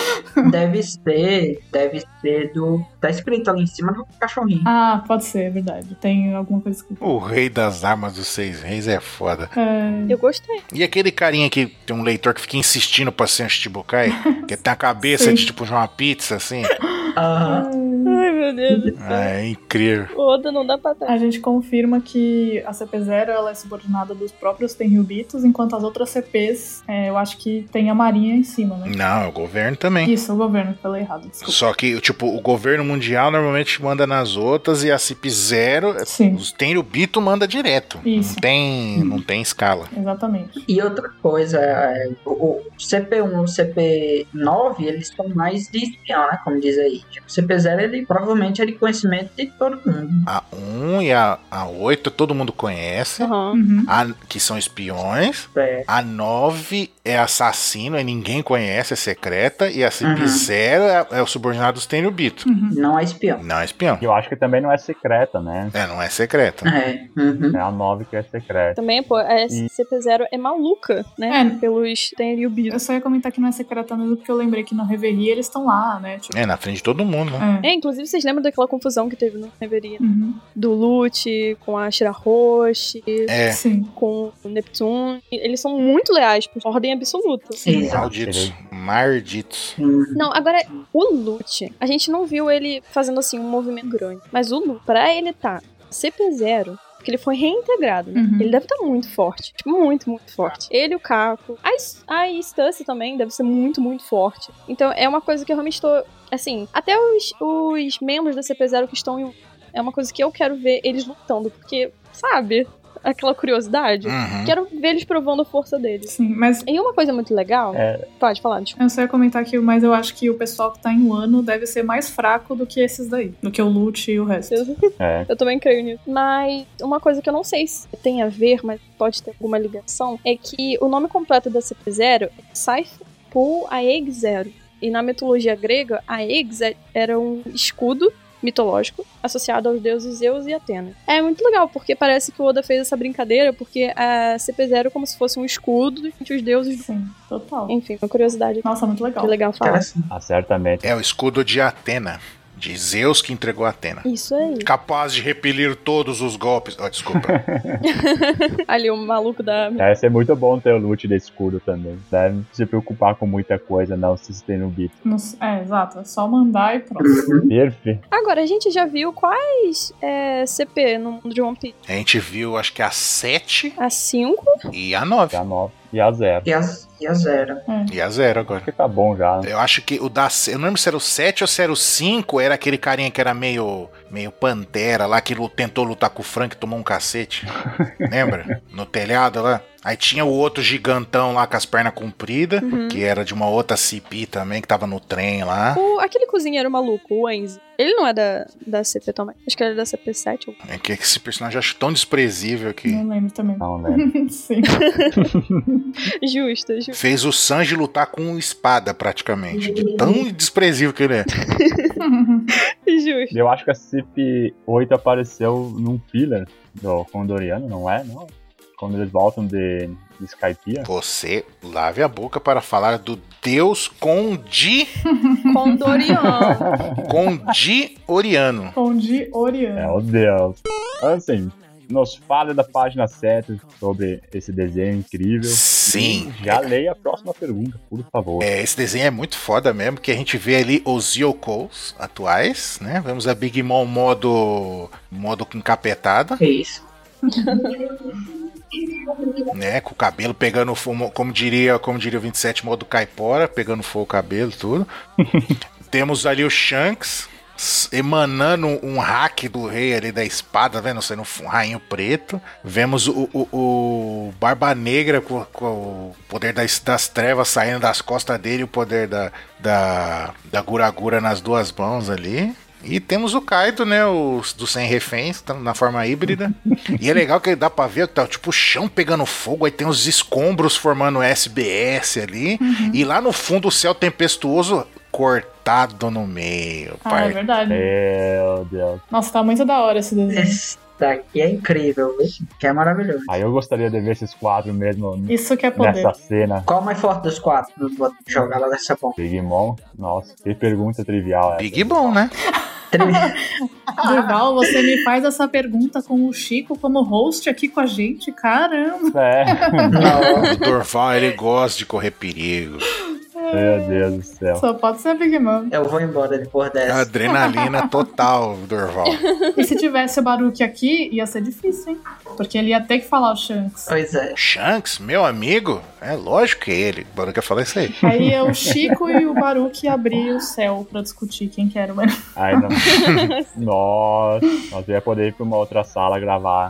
S3: Deve ser, deve ser do. Tá escrito ali em cima do cachorrinho.
S2: ah, pode ser, é verdade. Tem alguma coisa que.
S5: O Rei das Armas dos Seis Reis é foda.
S2: É,
S6: eu gostei.
S5: E aquele carinha que tem um leitor que fica insistindo pra ser um Shichibukai, que tem a cabeça
S2: Sim.
S5: de tipo de uma pizza, assim.
S3: Aham.
S6: Ai, meu Deus do céu.
S5: É incrível.
S6: O Oda não dá pra tá. trás.
S2: a gente confirma que a CP0 ela é subordinada dos próprios Tenryubitos, enquanto as outras CPs, é, eu acho que tem a Marinha em cima, né?
S5: Não, é o governo também.
S2: Isso, o governo, falei errado, desculpa.
S5: Só que, tipo, o governo mundial normalmente manda nas outras e a CIP zero,
S2: Sim,
S5: os Tenryubito manda direto.
S2: Isso.
S5: Não tem, não tem escala.
S2: exatamente.
S3: E outra coisa, é, o o CP1 e o CP9, eles são mais de espião, né? Como diz aí. Tipo, o CP0, ele provavelmente é de conhecimento de todo mundo.
S5: A 1 e a, a 8 todo mundo conhece,
S6: Aham.
S2: Uhum.
S5: a, que são espiões.
S3: É.
S5: A 9 é assassino e ninguém conhece, é secreta. E a
S3: Uhum.
S5: CP0 é, é o subordinado dos Tenryubito.
S2: Uhum.
S3: Não é espião.
S5: Não é espião.
S1: Eu acho que também não é secreta, né?
S5: É, não é secreta.
S3: É. Uhum.
S1: É a 9 que é secreta.
S6: Também, pô, a
S1: Sim.
S6: CP0 é maluca, né?
S2: É.
S6: Pelos Tenryubito.
S2: Eu só ia comentar que não é secreta mesmo, porque eu lembrei que na reverie eles estão lá, né? Tipo,
S5: É, na frente de todo mundo, né?
S2: é.
S6: É, inclusive vocês lembram daquela confusão que teve no Reverie?
S2: Uhum.
S6: Do Lute com a Shirahoshi,
S5: É.
S2: Sim.
S6: com o Neptune. E Eles são muito leais, por ordem absoluta.
S3: Exato.
S5: Malditos. Malditos.
S3: Uhum.
S6: Não, agora, o Lute, a gente não viu ele fazendo assim um movimento grande. Mas o Lute, pra ele tá CP0, porque ele foi reintegrado, né?
S2: Uhum.
S6: Ele deve estar muito forte. Tipo, muito, muito forte. Ele, o Caco. A, S- a Stussy também deve ser muito, muito forte. Então é uma coisa que eu realmente estou. Assim, até os, um, os membros da CP0 que estão em. É uma coisa que eu quero ver eles lutando, porque, sabe?
S4: aquela curiosidade.
S5: Uhum.
S4: Quero ver eles provando a força deles.
S2: Sim, mas
S4: E uma coisa muito legal.
S1: É.
S4: Pode falar, desculpa.
S2: eu só ia comentar aqui, mas eu acho que o pessoal que tá em um ano deve ser mais fraco do que esses daí. Do que o Lute e o resto.
S4: Eu-
S1: É.
S4: Eu também creio nisso. Mas uma coisa que eu não sei se tem a ver, mas pode ter alguma ligação, é que o nome completo da CP0 é Saif Pul Aeg Zero. E na mitologia grega, Aeg ze- era um escudo mitológico associado aos deuses Zeus e Atena. É muito legal, porque parece que o Oda fez essa brincadeira, porque a CP0 é como se fosse um escudo entre os deuses.
S2: Sim, total.
S4: Enfim, uma curiosidade.
S2: Nossa, muito legal.
S4: Que é legal falar.
S3: Interessante.
S1: Ah, certamente.
S5: É o escudo de Atena. De Zeus que entregou a Atena.
S4: Isso aí.
S5: Capaz de repelir todos os golpes. Oh, desculpa.
S4: Ali o maluco da
S1: Deve É, ser muito bom ter o loot de escudo também. Deve se preocupar com muita coisa, não se você tem no beat.
S2: Não s- é, exato. É só mandar e pronto.
S3: Uhum.
S1: Perfeito.
S4: Agora, a gente já viu quais é, CP no mundo de One Piece?
S5: a gente viu, acho que a 7
S4: A 5?
S5: e a 9.
S1: Tá 9 e a 0.
S3: E, a, e a zero.
S5: E a 0 agora.
S1: Acho que tá bom já. né?
S5: Eu acho que o da. Eu não lembro se era o 7 ou se era o 5. Era aquele carinha que era meio. meio pantera lá, que lu- tentou lutar com o Frank e tomou um cacete. Lembra? No telhado lá. Aí tinha o outro gigantão lá com as pernas compridas, que era de uma outra CP também, que tava no trem lá.
S4: O, aquele cozinheiro maluco, o Enzo, ele não é da, da CP também. Acho que ele é da CP7. ou-
S5: É que esse personagem eu acho tão desprezível que.
S2: Não lembro também.
S1: Não né? lembro.
S2: Sim.
S4: Justo, justo.
S5: Fez o Sanji lutar com espada, praticamente. De tão desprezível que ele é.
S4: Justo.
S1: Eu acho que a CP8 apareceu num filler do Condoriano, não é? Não. Quando eles voltam de, de Skypiea.
S5: Você lave a boca para falar do Deus Condi.
S4: Condoriano.
S5: Condi Oriano.
S2: Respondi Oriana.
S1: Meu É, oh, Deus. Ansem, nos fale da página 7 sobre esse desenho incrível.
S5: Sim.
S1: E Já leia a próxima pergunta, por favor.
S5: É, esse desenho é muito foda mesmo, porque a gente vê ali os Yokos atuais, né? Vemos a Big Mom modo, modo encapetada,
S3: É isso.
S5: né? Com o cabelo pegando fogo, como diria, como diria o 27, modo caipora, pegando fogo o cabelo tudo. Temos ali o Shanks s- emanando um hack do rei ali da espada, vendo? Sendo um f- um rainho preto. Vemos o, o- o Barba Negra com, com o poder das, das trevas saindo das costas dele, o poder da, da, da Guragura nas duas mãos ali. E temos o Kaido, né? Os dos 100 reféns, tá na forma híbrida. e é legal que dá pra ver, tá tipo o chão pegando fogo, aí tem os escombros formando SBS ali. É.
S2: Uhum.
S5: E lá no fundo o céu tempestuoso cortado no meio,
S2: Ah, é
S5: pai.
S2: verdade.
S1: Meu É, Deus.
S2: Nossa, tá muito da hora esse desenho.
S3: Esse daqui é incrível, viu? Que é maravilhoso.
S1: Aí eu gostaria de ver esses quatro mesmo
S2: Isso que é poder.
S1: nessa cena.
S3: Qual é o mais forte dos quatro? Não vou jogar lá nessa bomba.
S1: Big Mom, nossa, que pergunta trivial essa.
S5: Big Bom, né?
S3: Tri-
S2: Durval, você me faz essa pergunta com o Chico como host aqui com a gente? Caramba!
S1: É,
S3: Não.
S5: O Dorval, ele gosta de correr perigo.
S1: meu Deus do céu.
S5: Então.
S2: Só pode ser Big Mom.
S3: Eu vou embora depois
S5: Ah,
S3: dessa.
S5: Adrenalina total, Dorval.
S2: E se tivesse o Baruque aqui, ia ser difícil, hein? Porque ele ia ter que falar o Shanks.
S3: Pois é.
S5: Shanks, meu amigo, é lógico que é ele. O Barulho quer falar isso aí.
S2: Aí é o Chico e o Baruque abrir o céu pra discutir quem quer o melhor.
S1: Aí não. nossa, nós ia poder ir pra uma outra sala gravar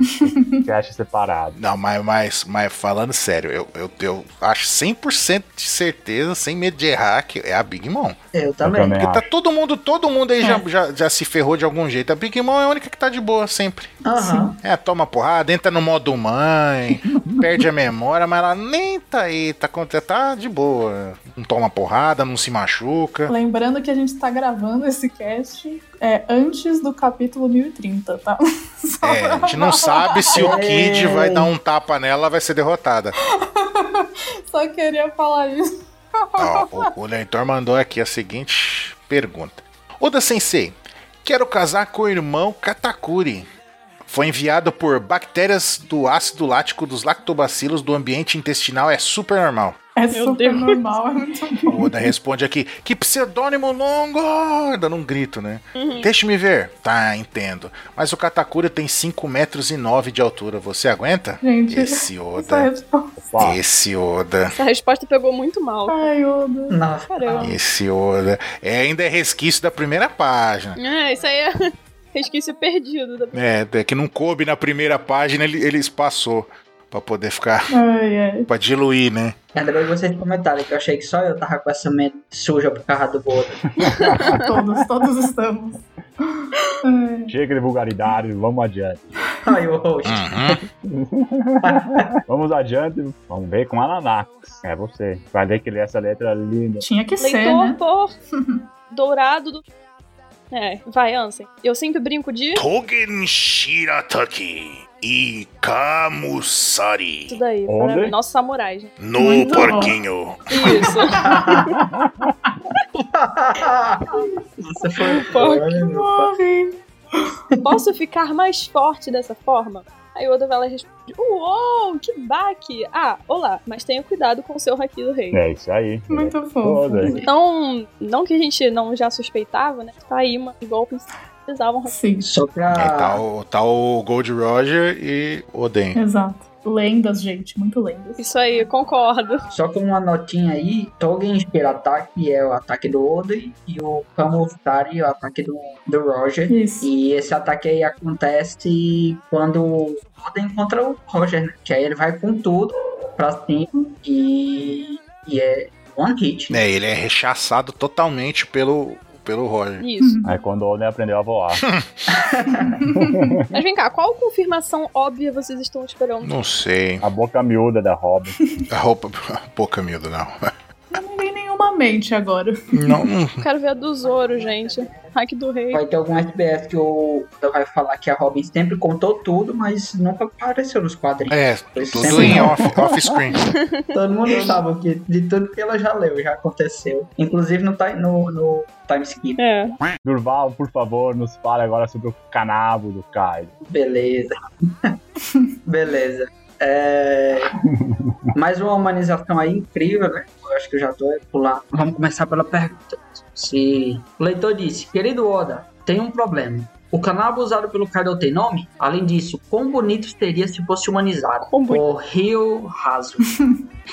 S1: cast separado.
S5: Não, mas, mas, mas falando sério, eu, eu, eu acho 100% de certeza, sem medo de errar, que é a Big Mom.
S3: Eu também.
S1: também.
S5: Porque tá todo mundo, todo mundo aí já,
S2: É.
S5: já, já se ferrou de algum jeito. A Big Mom é a única que tá de boa sempre.
S3: Aham.
S5: É, toma porrada, entra no modo mãe, perde a memória, mas ela nem tá aí, tá, com- tá de boa. Não toma porrada, não se machuca.
S2: Lembrando que a gente tá gravando esse cast é, antes do capítulo 1030, tá? Só
S5: É, a
S2: pra
S5: gente não
S2: falar.
S5: sabe se o Kid vai dar um tapa nela, ela vai ser derrotada.
S2: Só queria falar isso.
S5: Ó, o, o leitor mandou aqui a seguinte pergunta: Oda Sensei, quero casar com o irmão Katakuri. Foi enviado por bactérias do ácido lático dos lactobacilos do ambiente intestinal, é super normal.
S2: É
S4: Meu
S2: super
S4: Deus.
S2: normal, é muito bom.
S5: O Oda responde aqui: Que pseudônimo longo! Dando um grito, né? Deixe-me ver. Tá, entendo. Mas o Katakuri tem 5 metros e 9 de altura. Você aguenta?
S2: Gente,
S5: Esse
S2: essa
S5: Oda.
S2: resposta.
S1: Opa,
S5: Esse Oda.
S4: Essa resposta pegou muito mal.
S2: Ai, Oda.
S3: Não.
S4: Caramba.
S5: Esse Oda. É, ainda é resquício da primeira página.
S4: É, isso aí é. Resquício perdido da
S5: É, é que não coube na primeira página, ele, ele espaçou pra poder ficar.
S2: Ai, ai.
S5: pra diluir, né?
S3: Ainda bem que vocês comentaram que eu achei que só eu tava com essa mente suja por causa do Boda.
S2: Todos, todos estamos. Ai.
S1: Chega de vulgaridade, vamos adiante.
S3: Ai, o host.
S5: Uhum.
S1: Vamos adiante, vamos ver com a Nanax. É você. Vai ver que lê essa letra linda.
S2: Tinha que ser,
S4: Leitor
S2: né?
S4: por dourado do. É, vai, Ansem. Eu sempre brinco de.
S5: Togen Shirataki Ikamusari
S4: Isso daí,
S1: Onde?
S4: para mim, nosso samurai, gente.
S5: no
S2: Muito bom.
S5: porquinho.
S4: Isso.
S5: Ah.
S3: Nossa, foi
S4: Porra,
S2: Morre.
S4: Posso ficar mais forte dessa forma? Aí o Oda vai lá e responde: Uou, que baque! Ah, olá, mas tenha cuidado com o seu Haki do Rei.
S1: É isso aí.
S2: Muito fofo.
S1: Todas.
S4: Então, não que a gente não já suspeitava, né? Tá aí, mano, golpes precisavam.
S2: Sim,
S3: Só
S5: É, tá,
S3: pra.
S5: o, tá o Gold Roger e Oden.
S2: exato. Lendas, gente, muito lendas.
S4: Isso aí, concordo.
S3: Só com uma notinha aí, Togen Inspira Ataque é o ataque do Oden e o Kamutari é o ataque do, do Roger.
S2: Isso.
S3: E esse ataque aí acontece quando o Oden encontra o Roger, né? Que aí ele vai com tudo pra cima e, e é one hit.
S5: É, ele é rechaçado totalmente pelo, pelo Roger.
S4: Isso.
S1: Aí quando o Oden aprendeu a voar.
S4: Mas vem cá, qual confirmação óbvia vocês estão esperando?
S5: Não sei.
S1: A boca miúda da Robin.
S5: A roupa, pouca miúda, não.
S2: Eu não vi nenhuma mente agora.
S5: Não, não.
S4: Eu Quero ver a do Zoro, gente. Hack do Rei.
S3: Vai ter algum SBS que o Oda vai falar que a Robin sempre contou tudo, mas nunca apareceu nos quadrinhos.
S5: É,
S3: Pois
S5: tudo
S3: sempre
S5: em
S3: não.
S5: off- off-screen.
S3: Todo mundo sabe que de tudo que ela já leu, já aconteceu. Inclusive no, ti- no, no time skip.
S4: É.
S1: Durval, por favor, nos fale agora sobre o canabo do Kaido.
S3: Beleza. Beleza. É... Mais uma humanização aí incrível, né? Eu acho que eu já tô pular. Vamos começar pela pergunta. Se o leitor disse, querido Oda, tem um problema. O canabo usado pelo Kaido tem nome? Além disso, quão bonito seria se fosse humanizado?
S4: Quão bonito.
S3: O Rio Raso.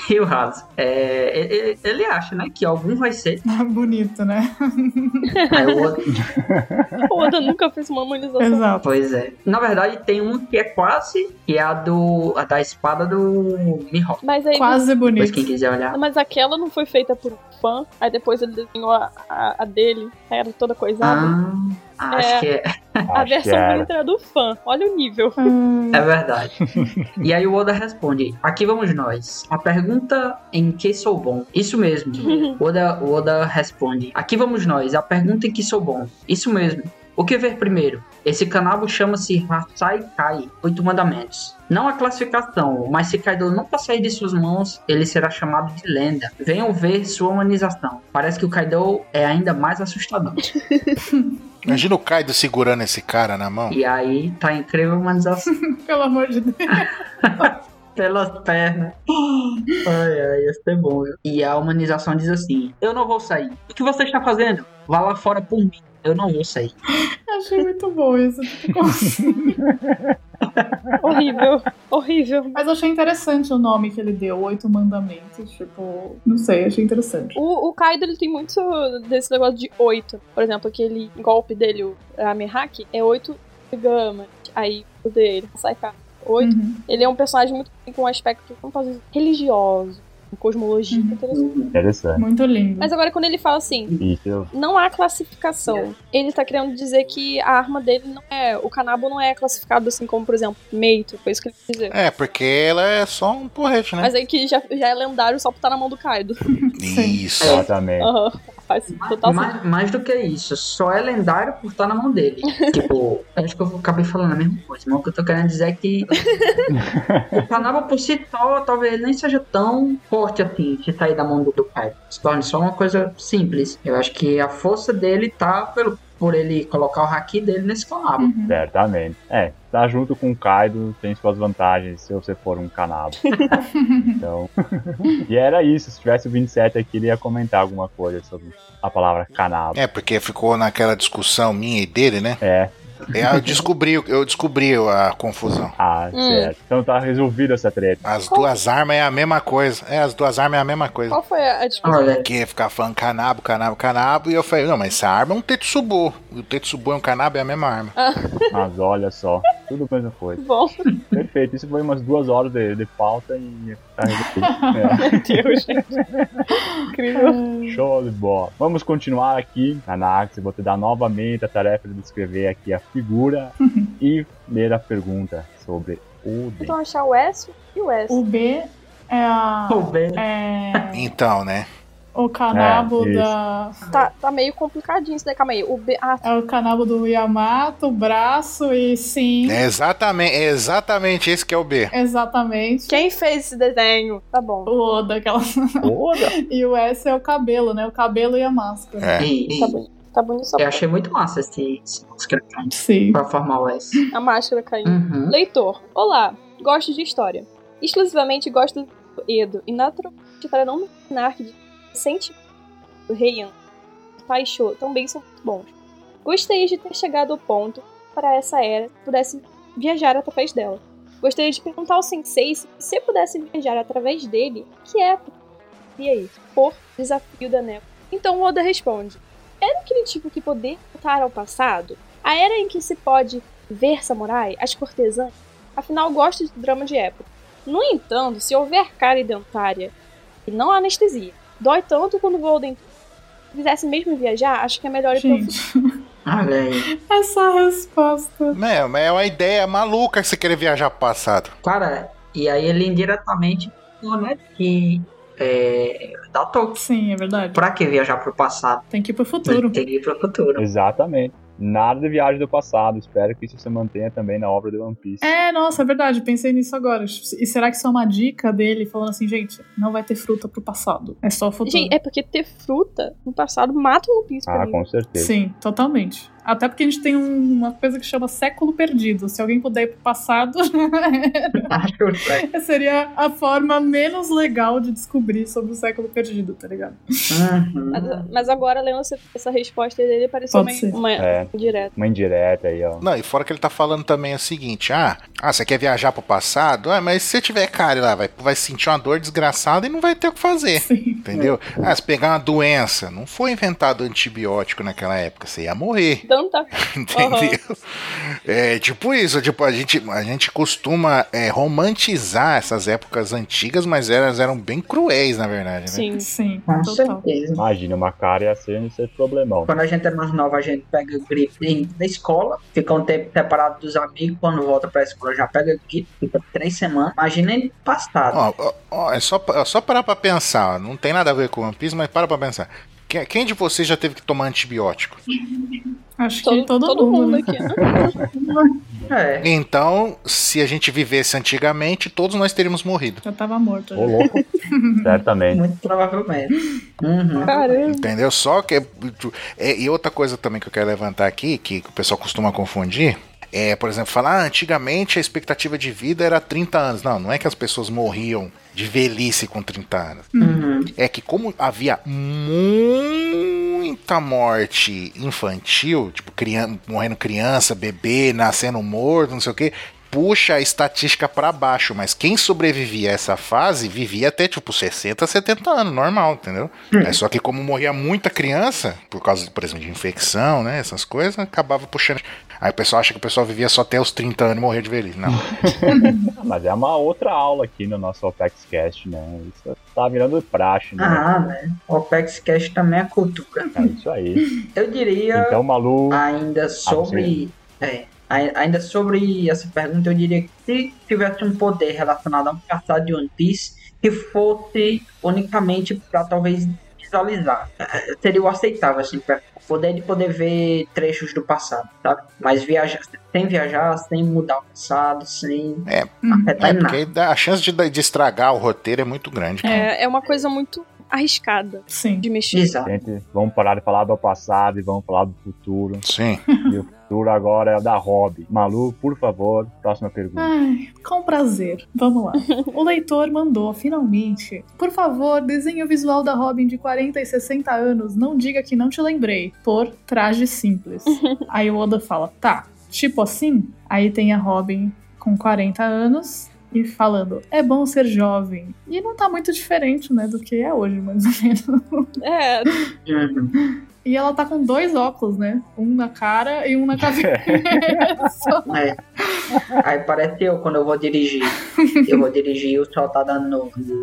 S3: Rio Raso. É, e- e- ele acha, né, que algum vai ser.
S2: Bonito, né?
S3: Aí o Oda,
S4: O Oda nunca fez uma harmonização.
S2: Exato.
S3: Pois é. Na verdade, tem um que é quase, que é a do a da espada do Mihawk.
S4: Mas aí.
S2: Quase
S3: Depois
S2: bonito.
S3: quem quiser olhar.
S4: Mas aquela não foi feita por um fã. Aí depois ele desenhou a, a- a dele. Aí era toda coisada.
S3: Ah, acho
S4: É.
S3: que é,
S4: a
S1: Acho que
S4: versão
S1: era.
S4: bonita era do fã. Olha o nível.
S2: Ah,
S3: é verdade. e aí o Oda responde: Aqui vamos nós. A pergunta em que sou bom. Isso mesmo. O Oda, o Oda responde: Aqui vamos nós. A pergunta em que sou bom. Isso mesmo. O que ver primeiro? Esse canabo chama-se Hasai Kai, Oito Mandamentos. Não a classificação, mas se Kaido nunca sair de suas mãos, ele será chamado de lenda. Venham ver sua humanização. Parece que o Kaido é ainda mais assustador.
S5: Imagina o Kaido segurando esse cara na mão.
S3: E aí tá incrível a humanização
S2: pelo amor de Deus.
S3: pelas pernas. Ai, ai, ia ser bom. viu? E a humanização diz assim: Eu não vou sair. O que você está fazendo? Vá lá fora por mim. Eu não vou sair.
S2: Achei muito bom isso.
S4: horrível. Horrível.
S2: Mas achei interessante o nome que ele deu, Oito Mandamentos. Tipo, não sei, achei interessante.
S4: O, o Kaido ele tem muito desse negócio de oito. Por exemplo, aquele golpe dele, o Amihaki, é oito de gama. Aí o dele, sai cá. Oito.
S2: Uhum.
S4: Ele é um personagem muito com um aspecto, como posso dizer, religioso, com cosmologia.
S2: Uhum.
S4: interessante.
S1: Interessante.
S2: Muito lindo.
S4: Mas agora quando ele fala assim,
S1: Isso.
S4: não há classificação. Ele tá querendo dizer que a arma dele não é. O canabo não é classificado assim como, por exemplo, meito. Foi isso que ele quis dizer.
S5: É, porque ela é só um porrete, né?
S4: Mas aí que já, já é lendário só por estar na mão do Kaido.
S5: Isso.
S1: É. Exatamente.
S4: Aham. Faz total sentido.
S3: Mais, mais do que isso, só é lendário por estar na mão dele. tipo, eu acho que eu acabei falando a mesma coisa, mas o que eu tô querendo dizer é que o Panaba por si só, talvez ele nem seja tão forte assim de sair da mão do, do pai. Se torna só uma coisa simples. Eu acho que a força dele tá pelo, por ele colocar o haki dele nesse Panaba.
S2: Uhum.
S1: Certamente. É, tá junto com o Kaido tem suas vantagens se você for um canabo. Então. e era isso. Se tivesse o 27 aqui, ele ia comentar alguma coisa sobre a palavra canabo.
S5: É, porque ficou naquela discussão minha e dele, né?
S1: É,
S5: Eu descobri, eu descobri a confusão.
S1: Ah,
S4: Hum.
S1: certo. Então tá resolvida essa treta.
S5: As duas armas é a mesma coisa. É, as duas armas é a mesma coisa.
S4: Qual foi a a discussão?
S3: Olha,
S5: Que é ficar falando canabo, canabo, canabo. E eu falei, não, mas essa arma é um tetsubo. E o tetsubo é um canabo, é a mesma arma.
S1: Mas olha só, tudo a mesma coisa.
S4: Bom,
S1: Perfeito, isso foi umas duas horas de, de pauta e tá resolvido.
S4: meu Deus, gente. Incrível.
S1: É, show de bola. Vamos continuar aqui, Anax. Eu vou te dar novamente a tarefa de descrever aqui a figura e ler a pergunta sobre o
S4: Então
S1: dente.
S4: achar o S e o S.
S2: O B é a.
S3: o B.
S2: é
S5: Então, né?
S2: o canabo
S1: É, isso.
S2: da.
S4: Tá, tá meio complicadinho isso daí, calma aí. O B. Ah,
S2: É o canabo do Yamato, braço e sim.
S5: É exatamente, é exatamente esse que é o B.
S2: Exatamente.
S4: quem fez esse desenho? Tá bom.
S2: O Oda, aquela.
S1: Toda?
S2: E o S é o cabelo, né? O cabelo e a máscara.
S5: É.
S3: E, e
S4: Tá bom. Tá bonito só
S3: eu achei muito massa esse, esse máscara caindo
S2: Sim.
S3: pra formar o S.
S4: a máscara caindo.
S3: Uhum.
S4: Leitor, olá, gosto de história. Exclusivamente gosto do Edo e naturalmente para não mencionar que recente do Reian, Taisho também são muito bons. Gostaria de ter chegado ao ponto para essa era pudesse viajar através dela. Gostaria de perguntar ao Sensei se você pudesse viajar através dele, que é e aí, por desafio da Neko. Então Oda responde: Era aquele tipo que poder voltar ao passado? A era em que se pode ver samurai, as cortesãs, afinal gosto de drama de época. No entanto, se houver cara e dentária, e não há anestesia, dói tanto quando vou ao dentista. Se quisesse mesmo viajar, acho que é melhor ir pro
S2: Gente,
S3: Olha aí.
S2: essa resposta.
S5: É, mas é uma ideia maluca você querer viajar pro passado.
S3: Cara, e aí ele indiretamente falou, né, que é, dá toque.
S2: Sim, é verdade.
S3: Pra que viajar pro passado?
S2: Tem que ir pro futuro.
S3: Ele tem que ir pro futuro.
S1: Exatamente. Nada de viagem do passado. Espero que isso se mantenha também na obra do One Piece.
S2: É, nossa, é verdade, pensei nisso agora. E será que isso é uma dica dele falando assim, gente, não vai ter fruta pro passado, é só o futuro.
S4: Gente, é porque ter fruta no passado mata um piso pra
S1: Ah,
S4: mim.
S1: com certeza.
S2: Sim, totalmente. Até porque a gente tem um- uma coisa que chama século perdido. Se alguém puder ir pro passado,
S3: Acho que-
S2: seria a forma menos legal de descobrir sobre o século perdido, tá ligado?
S3: Uhum.
S4: Mas, mas agora, lendo essa, essa resposta dele, pareceu
S2: Pode ser.
S4: uma, uma
S1: É,
S4: direta.
S1: uma indireta aí, ó.
S5: Não, e fora que ele tá falando também é o seguinte: ah, ah você quer viajar pro passado? Ah, mas se você tiver cara lá, vai, vai sentir uma dor desgraçada e não vai ter o que fazer.
S2: Sim.
S5: Entendeu? Ah, se pegar uma doença, não foi inventado antibiótico naquela época, você ia morrer,
S4: Tanta
S5: entendeu? É tipo isso, tipo, a gente, a gente costuma é, romantizar essas épocas antigas, mas elas eram bem cruéis, na verdade, né?
S4: sim.
S2: Sim,
S3: Com
S2: total.
S3: certeza.
S1: Imagina, uma cara ia ser, ia ser problemão.
S3: Quando a gente é mais nova, a gente pega gripe em- na escola, fica um tempo separado dos amigos, quando volta pra escola já pega gripe, fica três semanas. Imagina ele passado.
S5: Ó, ó, ó, é, só, é só parar pra pensar, ó, não tem nada a ver com o One Piece, mas para pra pensar. Que- Quem de vocês já teve que tomar antibiótico?
S2: Acho
S4: Todo,
S2: que todo,
S4: todo mundo,
S2: né?
S4: aqui, né?
S3: É.
S5: Então, se a gente vivesse antigamente, todos nós teríamos morrido.
S2: Já tava morto. né?
S1: Ô,
S2: já.
S1: louco. Certamente.
S3: Muito provavelmente. Uhum.
S4: Caramba.
S5: Entendeu? Só que. é- e outra coisa também que eu quero levantar aqui, que o pessoal costuma confundir. É, por exemplo, falar "Ah, antigamente a expectativa de vida era 30 anos. Não, não é que as pessoas morriam de velhice com 30 anos.
S3: Uhum.
S5: É que como havia muita morte infantil, tipo, crian morrendo criança, bebê, nascendo morto, não sei o quê, puxa a estatística pra baixo. Mas quem sobrevivia a essa fase vivia até, tipo, 60, 70 anos, normal, entendeu? É só que como morria muita criança, por causa, por exemplo, de infecção, né, essas coisas, acabava puxando... Aí o pessoal acha que o pessoal vivia só até os 30 anos e morria de velhice. Não.
S1: Ah, Mas é uma outra aula aqui no nosso OpexCast, né? Isso tá virando praxe, né?
S3: Ah, né? O Opex Cash também é cultura.
S1: É isso aí.
S3: Eu diria
S1: Então, Malu,
S3: ainda sobre. é, ai- ainda sobre essa pergunta, eu diria que se tivesse um poder relacionado a um caçado de One Piece que fosse unicamente para talvez visualizar, eh, seria o aceitável, assim, pra poder de poder ver trechos do passado, sabe? Mas viajar, sem viajar, sem mudar o passado, sem
S5: É,
S3: afetar
S5: É,
S3: em nada.
S5: porque aí dá- a chance de, de estragar o roteiro é muito grande. cara.
S4: É, é uma coisa muito arriscada
S2: Sim.
S4: de mexer.
S3: Exato.
S1: gente, vamos parar de falar do passado e vamos falar do futuro.
S5: Sim.
S1: E o futuro agora é o da Hobby. Malu, por favor, próxima pergunta.
S2: Ai, com prazer. Vamos lá. O leitor mandou, finalmente. Por favor, desenhe o visual da Robin de 40 e 60 anos. Não diga que não te lembrei. Por traje simples. Aí o Oda fala: tá. Tipo assim, aí tem a Robin com 40 anos e falando, é bom ser jovem. E não tá muito diferente, né, do que é hoje, mais ou menos.
S4: É,
S3: Uhum.
S2: E ela tá com dois óculos, né? Um na cara e um na cabeça.
S3: É. Aí parece eu quando eu vou dirigir. Eu vou dirigir, o sol tá dando no, no-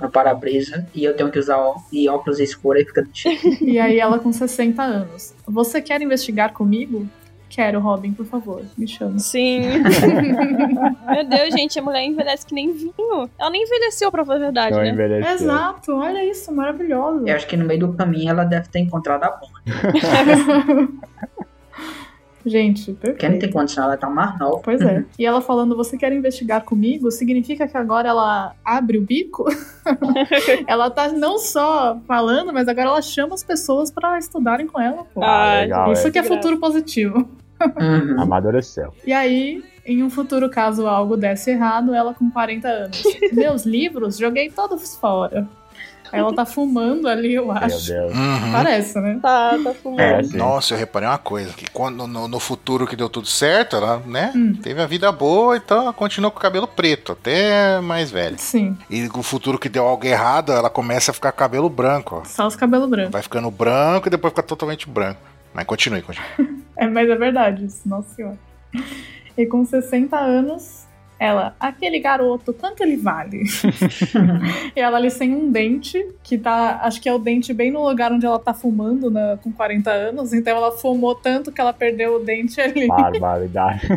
S3: no para-brisa e eu tenho que usar ó- e óculos escuros e fica
S2: e aí ela com 60 anos. Você quer investigar comigo? Quero, Robin, por favor, me chama.
S4: sim. Meu Deus, gente, a mulher envelhece que nem vinho. Ela nem envelheceu, pra falar a verdade,
S1: Então
S4: né?
S1: envelheceu.
S2: Exato, olha isso, maravilhoso.
S3: Eu acho que no meio do caminho ela deve ter encontrado a bomba.
S2: Gente,
S3: Porque não tem
S2: perfeito.
S3: condição, ela tá mais nova.
S2: Pois é. E ela falando, você quer investigar comigo? Significa que agora ela abre o bico? ela tá não só falando, mas agora ela chama as pessoas pra estudarem com ela, pô.
S1: Ah,
S4: Ah,
S1: legal,
S2: isso
S1: é.
S2: que é futuro positivo.
S3: Uhum.
S1: Amadureceu.
S2: E aí, em um futuro caso algo desse errado, ela com 40 anos. Meus livros, joguei todos fora. Aí Ela tá fumando ali, eu
S1: Meu
S2: acho.
S1: Deus.
S5: Uhum.
S2: Parece, né?
S4: Tá, tá
S1: É,
S4: fumando.
S1: sim.
S5: Nossa, eu reparei uma coisa. Que quando no, no futuro que deu tudo certo, ela, né?
S2: Hum.
S5: Teve a vida boa, então ela continuou com o cabelo preto, até mais velha.
S2: Sim,
S5: E no futuro que deu algo errado, ela começa a ficar com cabelo branco. ó.
S2: só os cabelos brancos.
S5: Vai ficando branco e depois fica totalmente branco. Mas continue, continue.
S2: É, mas é verdade isso, nossa senhora. E com 60 anos, ela, aquele garoto, quanto ele vale? e ela ali sem um dente, que tá, acho que é o dente bem no lugar onde ela tá fumando na- com 40 anos, então ela fumou tanto que ela perdeu o dente ali.
S1: Barbaridade.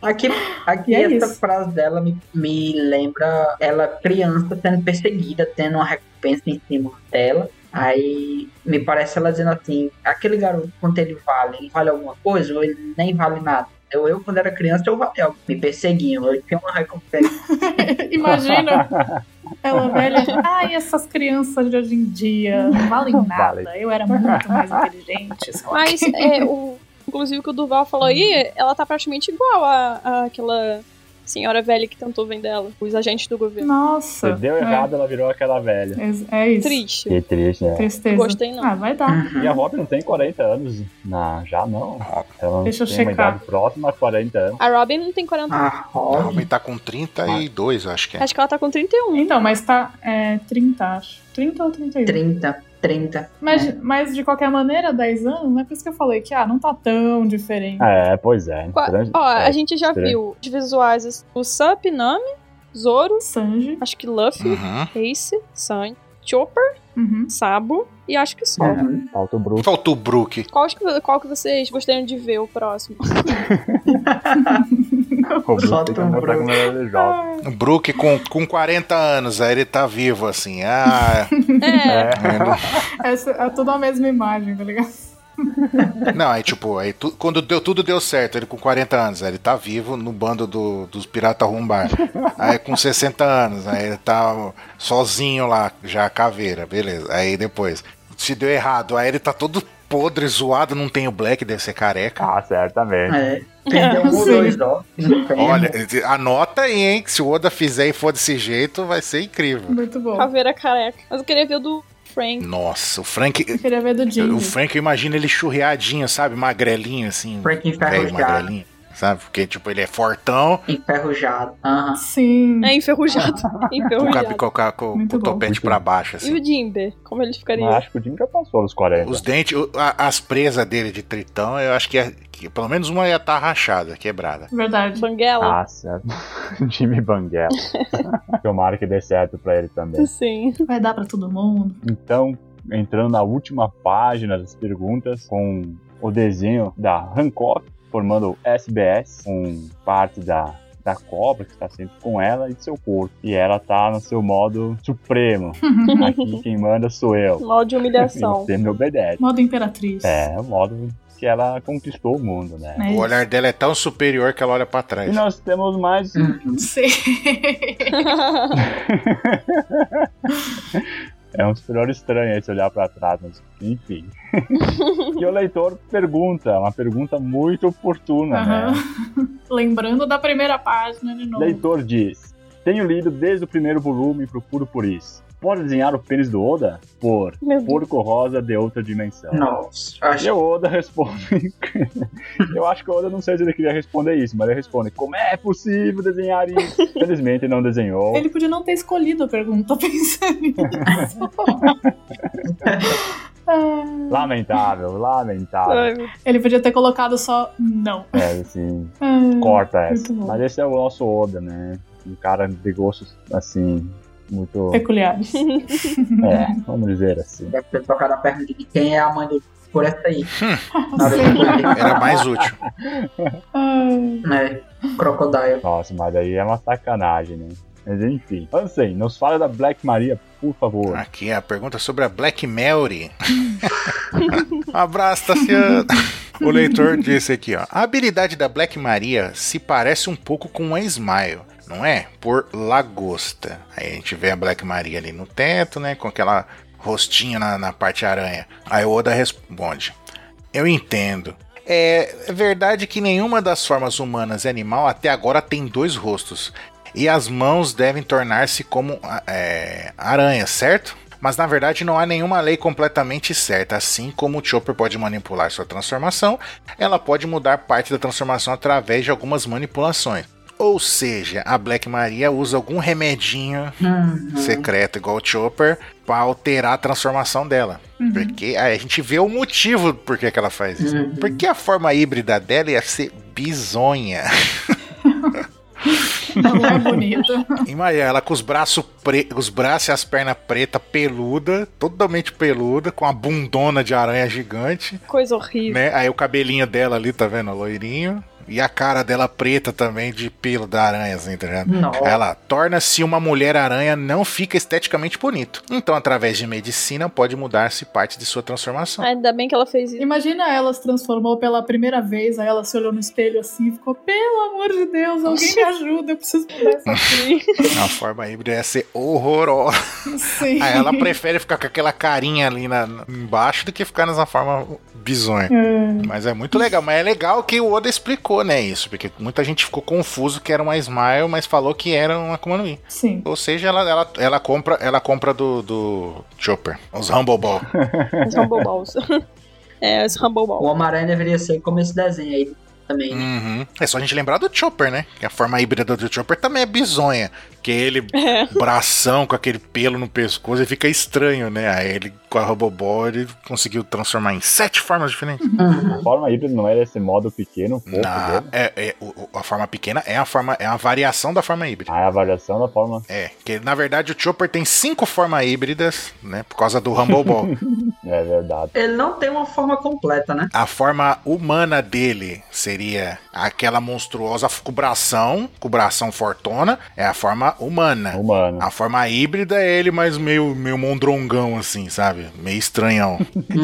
S3: Aqui, aqui
S2: E é
S3: essa
S2: isso.
S3: frase dela me, me lembra ela criança sendo perseguida, tendo uma recompensa em cima dela. Aí me parece ela dizendo assim, aquele garoto, quanto ele vale? Ele vale alguma coisa ou ele nem vale nada? Eu, eu quando era criança, eu valia. algo. Me perseguiam, eu tinha uma recompensa.
S2: Imagina. Ela velha. Ai, essas crianças de hoje em dia não valem nada. Eu era muito mais inteligente. sei lá.
S4: Mas, é, o, inclusive, o que o Duval falou aí, ela tá praticamente igual à, àquela senhora velha que tentou vender ela, os agentes do governo.
S1: Se
S2: Nossa.
S1: deu errado, ela virou aquela velha.
S2: É, é isso.
S4: Triste.
S1: Que triste, né?
S2: Tristeza.
S4: Gostei, não.
S2: Ah, vai dar.
S3: Uhum.
S1: E a Robin não tem 40 anos. Não, já não. Ela
S2: Deixa eu
S1: tem uma
S2: checar.
S1: idade próxima a 40 anos.
S4: A Robin não tem 40
S3: A
S5: A
S3: Ah, Robin
S5: Robin tá com 32, eu acho que é.
S4: Acho que ela tá com 31.
S2: Então, mas tá é, 30, acho. 30 ou 31.
S3: 30, 30.
S4: né?
S2: Mas, mas de qualquer maneira, 10 anos, né? Por isso que eu falei que ah, não tá tão diferente.
S1: É, pois é.
S4: Qua-
S1: Trans-
S4: Ó,
S1: é,
S4: a gente já
S1: estranho.
S4: viu os visuais, o Sup, Nami, Zoro,
S2: Um Sanji.
S4: acho que Luffy,
S5: Uhum.
S4: Ace, Sanji, Chopper,
S2: Uhum.
S4: Sabo e acho que só.
S3: Uhum.
S1: Falta o Brook.
S5: Faltou o Brook.
S4: Qual, que- qual que vocês gostariam de ver o próximo?
S1: O Brook tem que mostrar
S3: Falta o Brook.
S1: como ele é jovem.
S5: O Brook com, com 40 anos, aí ele tá vivo, assim. Ah,
S4: É,
S5: é,
S2: Essa é tudo a mesma imagem, tá ligado?
S5: não- não, aí tipo, aí tu- quando deu, tudo deu certo, ele com 40 anos, aí ele tá vivo no bando do- dos pirata rumbar. Aí com 60 anos, aí ele tá sozinho lá, já caveira, beleza. Aí depois, se deu errado, aí ele tá todo podre, zoado, não tem o Black, deve ser careca.
S1: Ah, certamente.
S3: É. Perdeu um ou
S2: Sim.
S3: dois, ó.
S5: Olha, anota aí, hein, que se o Oda fizer e for desse jeito, vai ser incrível.
S2: Muito bom.
S4: É, caveira careca. Mas eu queria ver o do Frank.
S5: Nossa, o Frank,
S2: Eu queria ver do Jimmy.
S5: O Frank, eu imagino ele churriadinho, sabe? Magrelinho, assim.
S3: Frank
S5: Velho,
S3: enferrujado.
S5: magrelinho. Sabe? Porque, tipo, ele é fortão,
S3: Enferrujado. Aham.
S2: Sim.
S4: É enferrujado.
S5: com o, cabe,
S4: enferrujado.
S5: com, com- com-
S2: Muito
S5: com o
S2: bom.
S5: topete pra
S4: E
S5: baixo, assim.
S4: o Jimber? Como ele ficaria?
S1: Mas acho que o Jim já passou dos
S2: É.
S1: 40.
S5: Os dentes, o- a- as presas dele de tritão, eu acho que, é- que pelo menos uma ia estar rachada, quebrada.
S2: Verdade.
S4: Banguela?
S1: Ah, certo. Jimmy Banguela. Tomara que dê certo pra ele também.
S4: Sim.
S2: Vai dar pra todo mundo.
S1: Então, entrando na última página das perguntas, com o desenho da Hancock, formando o SBS, com parte da, da cobra que está sempre com ela e de seu corpo. E ela tá no seu modo supremo. Aqui quem manda sou eu.
S4: Mal de
S1: E
S4: humilhação.
S1: você me obedece.
S2: Modo Imperatriz.
S1: É, o modo que ela conquistou o mundo, né?
S2: Né?
S5: O olhar dela é tão superior que ela olha pra
S1: E
S5: trás.
S1: nós temos mais
S2: Não sei.
S1: É um superior estranho esse olhar pra trás, mas enfim. e o leitor pergunta, é uma pergunta muito oportuna, né?
S2: Aham. Lembrando da primeira página né, de novo.
S1: Leitor diz: Tenho lido desde o primeiro volume e procuro por isso. pode desenhar o pênis do Oda por
S4: Meu Deus.
S1: porco rosa de outra dimensão.
S3: Nossa,
S1: E
S3: acho
S1: o Oda responde. eu acho que o Oda não sei se ele queria responder isso, mas ele responde: Como é possível desenhar isso? Felizmente não desenhou.
S2: Ele podia não ter escolhido a pergunta, tô pensando nisso. Ah,
S1: Lamentável, lamentável.
S4: Ai, meu Deus.
S2: Ele podia ter colocado só não.
S1: É, assim,
S2: Ah,
S1: corta essa.
S2: muito bom.
S1: Mas esse é o nosso Oda, né? Um cara de gostos, assim, muito.
S2: Peculiares.
S1: É, vamos dizer assim.
S3: que deve ter tocado a pergunta de quem é a mãe do por essa aí. Na hora de
S2: Sim.
S3: escolher.
S5: Era mais útil.
S2: Ah,
S3: É, Crocodile.
S1: Nossa, mas aí é uma sacanagem, né? Mas enfim. Ansem, nos fala da Black Maria, por favor.
S5: Aqui é a pergunta sobre a Black Mary. um abraço, Tassiano. O leitor disse aqui, ó. A habilidade da Black Maria se parece um pouco com a Smile, não é? Por lagosta. Aí a gente vê a Black Maria ali no teto, né? Com aquela rostinha na, na parte aranha. Aí o Oda responde. Eu entendo. É verdade que nenhuma das formas humanas e animal até agora tem dois rostos e as mãos devem tornar-se como ah, é, aranhas, certo? Mas na verdade não há nenhuma lei completamente certa. Assim como o Chopper pode manipular sua transformação, ela pode mudar parte da transformação através de algumas manipulações. Ou seja, a Black Maria usa algum remedinho
S3: Uhum.
S5: secreto igual o Chopper para alterar a transformação dela.
S2: uhum.
S5: Porque aí a gente vê o motivo por que, que ela faz isso.
S3: Uhum.
S5: Porque a forma híbrida dela ia ser bizonha.
S2: Não é bonito.
S5: Imagina, ela com os braços pre... os braços e as pernas preta peluda, totalmente peluda, com a bundona de aranha gigante,
S4: Coisa horrível.
S5: né? Aí o cabelinho dela ali, tá vendo? Loirinho. E a cara dela preta também, de pelo da aranha, assim, tá ligado?
S3: Nossa.
S5: Ela torna-se uma mulher aranha, não fica esteticamente bonito. Então, através de medicina, pode mudar-se parte de sua transformação.
S4: Ainda bem que ela fez isso.
S2: Imagina ela se transformou pela primeira vez, aí ela se olhou no espelho assim e ficou, pelo amor de Deus, alguém me ajuda, eu preciso mudar essa
S5: A forma híbrida ia ser horrorosa.
S2: Sim.
S5: Aí Ah, ela prefere ficar com aquela carinha ali na- na- embaixo do que ficar nessa forma bizonha.
S2: É.
S5: Mas é muito legal. Mas é legal que o Oda explicou, né, isso. Porque muita gente ficou confuso que era uma Smile, mas falou que era uma Akuma no Mi.
S2: Sim.
S5: Ou seja, ela, ela, ela compra, ela compra do, do Chopper, os Humble Ball.
S4: Os Rumble Balls. É, os Rumble
S3: O
S4: Balls.
S3: Homem-Aranha deveria ser como esse desenho aí também. né?
S5: Uhum. É só a gente lembrar do Chopper, né? Que a forma híbrida do Chopper também é bizonha. Que ele,
S4: É.
S5: bração com aquele pelo no pescoço, ele fica estranho, né? Aí ele, com a Humble Ball, ele conseguiu transformar em sete formas diferentes.
S3: Hum.
S1: A forma híbrida não era esse modo pequeno, um pouco
S5: Na-
S1: dele.
S5: é, é, o- o- a forma pequena é a forma, é a variação da forma híbrida.
S1: A avaliação da forma.
S5: É, que na verdade o Chopper tem cinco formas híbridas, né? Por causa do Humble Ball.
S1: É verdade.
S3: Ele não tem uma forma completa, né?
S5: a forma humana dele seria aquela monstruosa com bração, com bração fortona, é a forma humana.
S1: Humano.
S5: A forma híbrida é ele, mas meio, meio mondrongão, assim, sabe? Meio estranhão.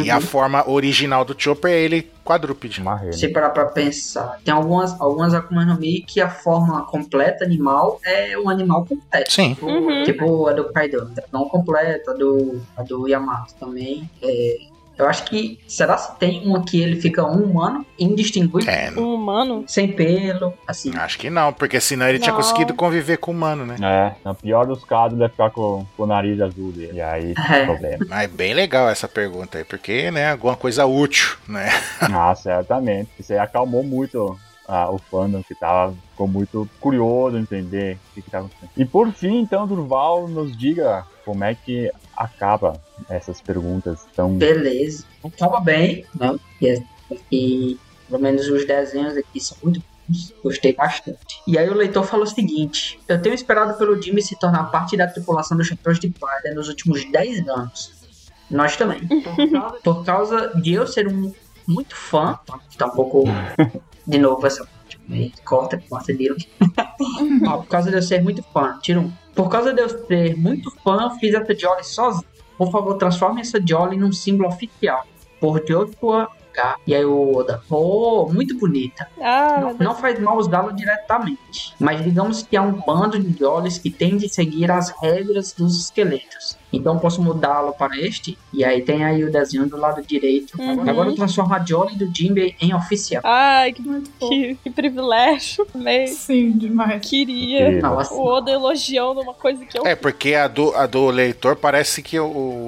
S5: e a forma original do Chopper é ele quadrúpede.
S1: Uma rede.
S3: Se parar pra pensar, tem algumas, algumas Akuma no Mi que a forma completa animal é o animal completo.
S5: Sim.
S3: Tipo,
S4: Uhum.
S3: tipo a do Kaido, não completa, a do, a do Yamato também. É, eu acho que, será se tem uma que ele fica um humano, indistinguível,
S5: É,
S4: Um humano?
S3: sem pelo, assim.
S5: acho que não, porque senão ele tinha
S4: Não.
S5: conseguido conviver com o humano, né?
S1: É, no pior dos casos, ele vai ficar com, com o nariz azul dele. E aí,
S3: É.
S1: problema.
S5: Mas é bem legal essa pergunta aí, porque, né, alguma coisa útil, né?
S1: Ah, certamente. Isso aí acalmou muito ah, o fandom, que tava, ficou muito curioso em entender o que, que tá acontecendo. E por fim, então, Durval, nos diga como é que acaba essas perguntas tão.
S3: Beleza. Acaba um- bem, né? E, e pelo menos os desenhos aqui são muito bons. Gostei bastante. E aí o leitor falou o seguinte: Eu tenho esperado pelo Jimmy se tornar parte da tripulação dos Chapéus de Palha nos últimos 10 anos. Nós também. Por causa- Por causa de eu ser um muito fã, tá, tá um pouco de novo essa parte, meio corta, corta dele. Ah, por causa de eu ser muito fã, tira um. Por causa de eu ser muito fã, fiz essa Jolly sozinho. Por favor, transforme essa Jolly num símbolo oficial. Por Joshua cá. E aí o Oda, oh, muito bonita.
S4: Ah,
S3: Não, não faz mal usá-lo diretamente, mas digamos que há um bando de olhos que tem de seguir as regras dos esqueletos. Então posso mudá-lo para este? E aí tem aí o desenho do lado direito.
S4: Uhum.
S3: Agora, agora transforma a Jolly do Jimbe em oficial.
S4: Ai, que,
S2: Muito bom.
S4: que, que privilégio. Amei.
S2: Sim, demais.
S4: Queria.
S1: Que-
S3: Não, assim,
S4: O Oda elogiando uma coisa que eu.
S5: É, porque a do, a do leitor parece que o,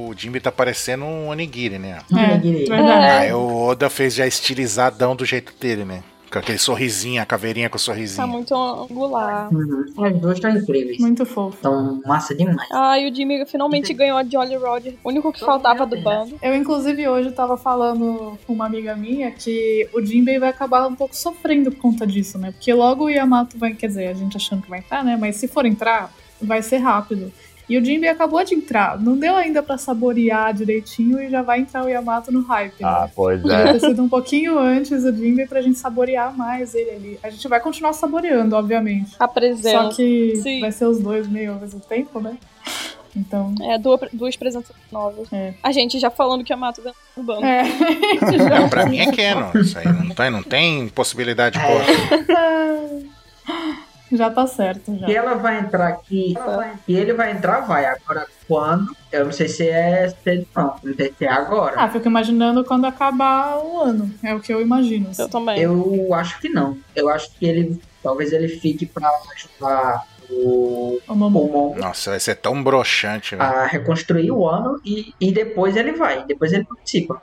S5: o Jimmy tá parecendo um onigiri, né?
S3: não
S2: É,
S3: é direito.
S4: É.
S2: verdade.
S5: Aí o Oda fez já estilizadão do jeito dele, né? Com aquele sorrisinho, a caveirinha com o
S4: Tá
S5: sorrisinho.
S4: muito angular.
S3: Uhum. As duas estão incríveis.
S2: Muito fofo.
S3: Estão massa demais.
S4: Ai, o Jimmy finalmente ganhou a Jolly Roger. O único que faltava do bando.
S2: Eu, inclusive, hoje tava falando com uma amiga minha que o Jinbei vai acabar um pouco sofrendo por conta disso, né? Porque logo o Yamato vai, quer dizer, a gente achando que vai entrar, né? Mas se for entrar, vai ser rápido. E o Jinbei acabou de entrar, não deu ainda pra saborear direitinho e já vai entrar o Yamato no hype. né?
S1: Ah, pois
S2: Podia
S1: é.
S2: ter sido um pouquinho antes o Jinbei pra gente saborear mais ele ali. A gente vai continuar saboreando, obviamente.
S4: A
S2: Só
S4: presença.
S2: que
S4: é. Sim.
S2: vai ser os dois meio ao mesmo tempo, né? Então.
S4: É, duas, duas presenças novas.
S2: É.
S4: A gente já falando que a Mato ganhou o bando.
S2: É.
S5: Não, pra mim é Canon. Isso aí não tem, não tem possibilidade
S4: É.
S5: de corte.
S2: já tá certo, já.
S3: E ela vai entrar aqui. E ele vai entrar, vai. Agora, quando? Eu não sei se é cedo, não. Não sei se é agora.
S2: Ah, fico imaginando quando acabar o ano. É o que eu imagino. assim.
S4: Eu também.
S3: Eu acho que não. Eu acho que ele. Talvez ele fique pra ajudar o
S2: O Momo.
S3: Pomon
S5: Nossa, vai ser tão broxante, velho.
S3: a reconstruir o ano e, e depois ele vai. Depois ele participa.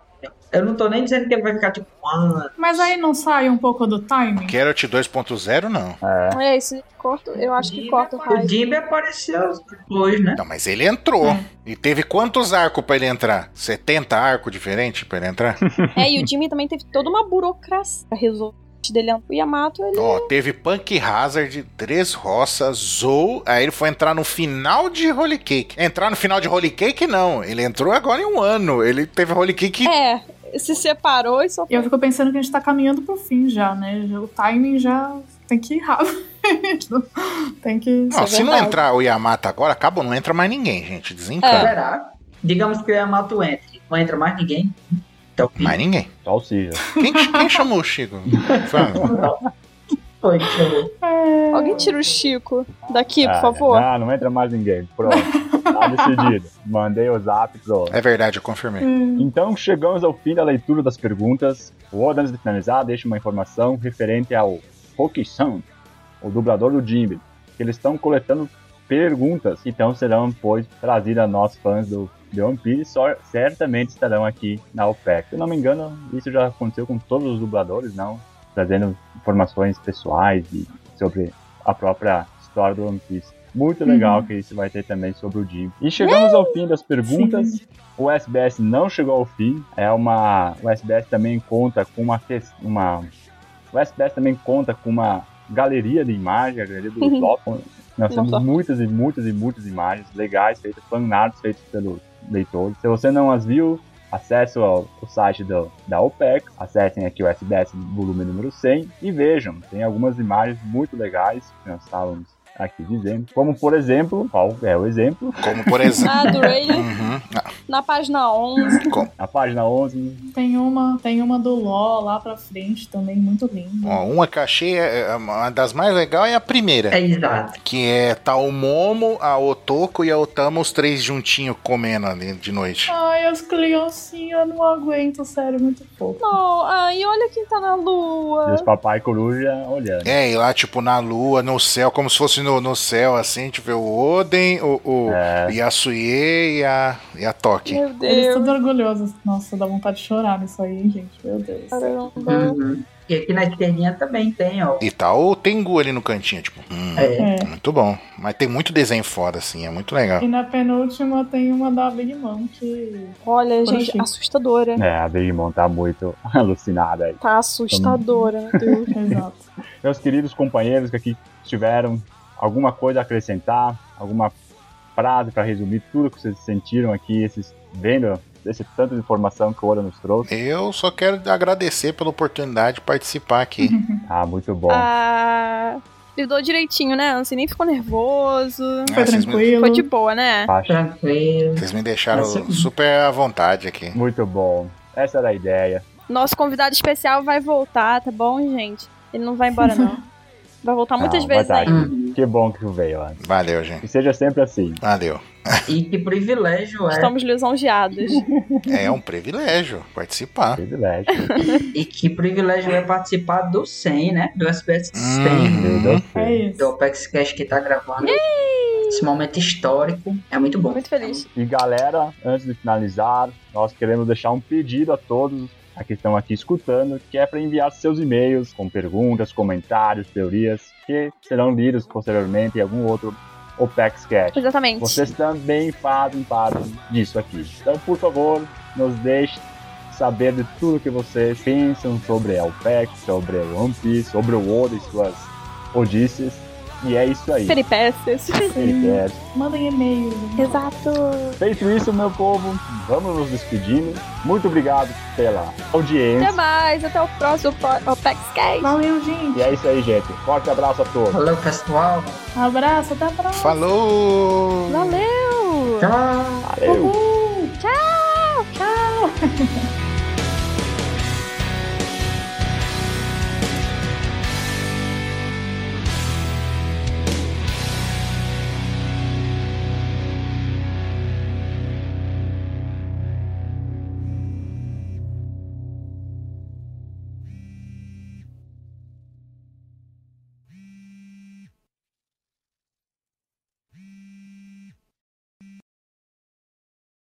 S3: Eu não tô nem dizendo que ele vai ficar tipo um ano.
S2: Mas aí não sai um pouco do
S4: Ah.
S2: timing?
S5: Carrot 2.0, não.
S4: É, esse corto, eu acho que corta
S2: é
S4: o
S3: O
S4: raio.
S3: Jimmy apareceu depois, né?
S5: Não, mas ele entrou.
S2: É.
S5: E teve quantos arcos pra ele entrar? 70 arcos diferentes pra ele entrar?
S4: É, e o Jimmy também teve toda uma burocracia pra resolver dele. O Yamato, ele.
S5: Ó, teve Punk Hazard, Três Roças, Zou, aí ele foi entrar no final de Holy Cake. Entrar no final de Holy Cake, não. Ele entrou agora em um ano. Ele teve Holy Cake.
S4: É, se separou e só
S2: Eu fico pensando que a gente tá caminhando pro fim já, né? Já- O timing já tem que ir rápido. tem que.
S5: Não,
S4: é
S5: se não
S4: verdade.
S5: entrar o Yamato agora, acabou, não entra mais ninguém, gente.
S4: É.
S5: Desencana.
S3: Será? Digamos que o Yamato entre. Não entra mais ninguém. Então,
S5: Mais ninguém.
S1: Só o Caesar.
S5: Quem, quem chamou o Chico? Fala.
S3: foi que chamou.
S4: Alguém tira o Chico daqui,
S1: Ah,
S4: por favor.
S1: Não, não entra mais ninguém. Pronto. Tá decidido. Mandei o zap pro.
S5: É verdade, eu confirmei.
S1: Então chegamos ao fim da leitura das perguntas. O Oda, antes de finalizar, deixa uma informação referente ao Hoki-san, o dublador do Jimbe, que eles estão coletando perguntas que então serão depois trazidas a nós fãs do The One Piece, só- certamente estarão aqui na OPEC. Se eu não me engano, isso já aconteceu com todos os dubladores, não? Trazendo informações pessoais e sobre a própria história do One Piece. Muito legal que isso vai ter também sobre o Jimbe. E chegamos ao fim das perguntas. O SBS não chegou ao fim. É uma. O SBS também conta com uma. ques- uma o SBS também conta com uma galeria de imagens, a galeria do
S4: Uhum.
S1: Usopp. Nós temos
S4: Nossa.
S1: muitas e muitas e muitas imagens legais feitas, fanarts feitos pelo leitor. Se você não as viu, acesse o, o site do- da OPEC, acessem aqui o SBS volume número 100 e vejam. Tem algumas imagens muito legais que nós estávamos aqui dizendo. Como, por exemplo, qual é o exemplo?
S5: Como por exemplo.
S4: Ah, do Rayleigh,
S5: Uhum.
S4: na página 11.
S1: Na página 11,
S2: Tem uma, tem uma do Ló lá pra frente também, muito linda.
S5: Ó, uma que eu achei, é, é, uma das mais legais é a primeira.
S3: É exato.
S5: Que é tá o Momo, a Otoko e a Otama, os três juntinhos comendo ali de noite.
S2: Ai, as criancinhas, eu não aguento, sério, muito pouco.
S4: Não, ah, e olha quem tá na
S1: e os
S4: lua.
S1: papai coruja olhando.
S5: É, e lá, tipo, na lua, no céu, como se fosse no, no céu, assim, a gente vê o Oden, o, o
S1: É,
S2: É.
S5: Yasuye e a, e a Toki.
S4: Meu
S2: Eles
S4: Deus.
S2: todos orgulhosos. Nossa, dá vontade de chorar nisso aí, hein, gente. Meu Deus.
S4: Caramba.
S3: Uhum. E aqui na esquerdinha também tem, ó.
S5: E tá o Tengu ali no cantinho, tipo, hum,
S3: É.
S2: É.
S5: muito bom. Mas tem muito desenho fora, assim, é muito legal.
S2: E na penúltima tem uma da Big Mom que.
S4: Olha, gente,
S2: Oxi.
S4: assustadora.
S1: É, a Big Mom tá muito alucinada aí.
S4: Tá assustadora, meu Deus.
S2: Exato.
S1: Meus queridos companheiros que aqui tiveram alguma coisa a acrescentar, alguma frase pra resumir tudo que vocês sentiram aqui, esses vendo esse tanto de informação que o Oda nos trouxe.
S5: Eu só quero agradecer pela oportunidade de participar aqui.
S2: Uhum.
S1: Ah, muito bom.
S4: Ah, lidou direitinho, né, Ansi? Nem ficou nervoso.
S2: Foi
S5: Ah, vocês me-
S2: tranquilo.
S4: Foi de boa, né?
S1: Acho
S3: Tranquilo.
S5: Vocês me deixaram
S3: Essa-
S5: super à vontade aqui.
S1: muito bom. Essa era a ideia.
S6: Nosso convidado especial vai voltar, tá bom, gente? Ele não vai embora, não. Vai voltar muitas
S1: Não, vai
S6: vezes
S1: estar
S6: aí.
S1: aqui. Que bom que veio, Ana.
S5: Valeu, gente.
S1: Que seja sempre assim.
S5: Valeu.
S3: E que privilégio é.
S6: Estamos lisonjeados.
S5: É um privilégio participar.
S1: Privilégio.
S3: E que privilégio é participar do 100, né? Do SBS 100,
S1: Meu Deus do céu.
S2: É
S3: do
S2: isso.
S3: Apex Cash que tá gravando. Esse momento histórico é muito bom.
S6: Muito feliz.
S1: E galera, antes de finalizar, nós queremos deixar um pedido a todos a que estão aqui escutando, que é para enviar seus e-mails com perguntas, comentários, teorias, que serão lidos posteriormente em algum outro OPEXCast.
S6: Exatamente.
S1: Vocês também fazem parte disso aqui. Então, por favor, nos deixe saber de tudo que vocês pensam sobre a OPEX, sobre o One Piece, sobre o Oda e suas odisses. E é isso aí.
S6: Peripécias.
S1: Peripécias.
S2: Mandem e-mail.
S4: Exato.
S1: Feito isso, meu povo, vamos nos despedindo. Muito obrigado pela
S6: Até
S1: audiência.
S6: mais. Até o próximo po- Opex Cast.
S2: Valeu, gente.
S1: E é isso aí, gente. Forte abraço a todos.
S3: Valeu, pessoal.
S2: Abraço, até a próxima.
S5: Falou!
S6: Valeu.
S3: Tchau.
S1: Valeu!
S2: Uhul.
S6: Tchau.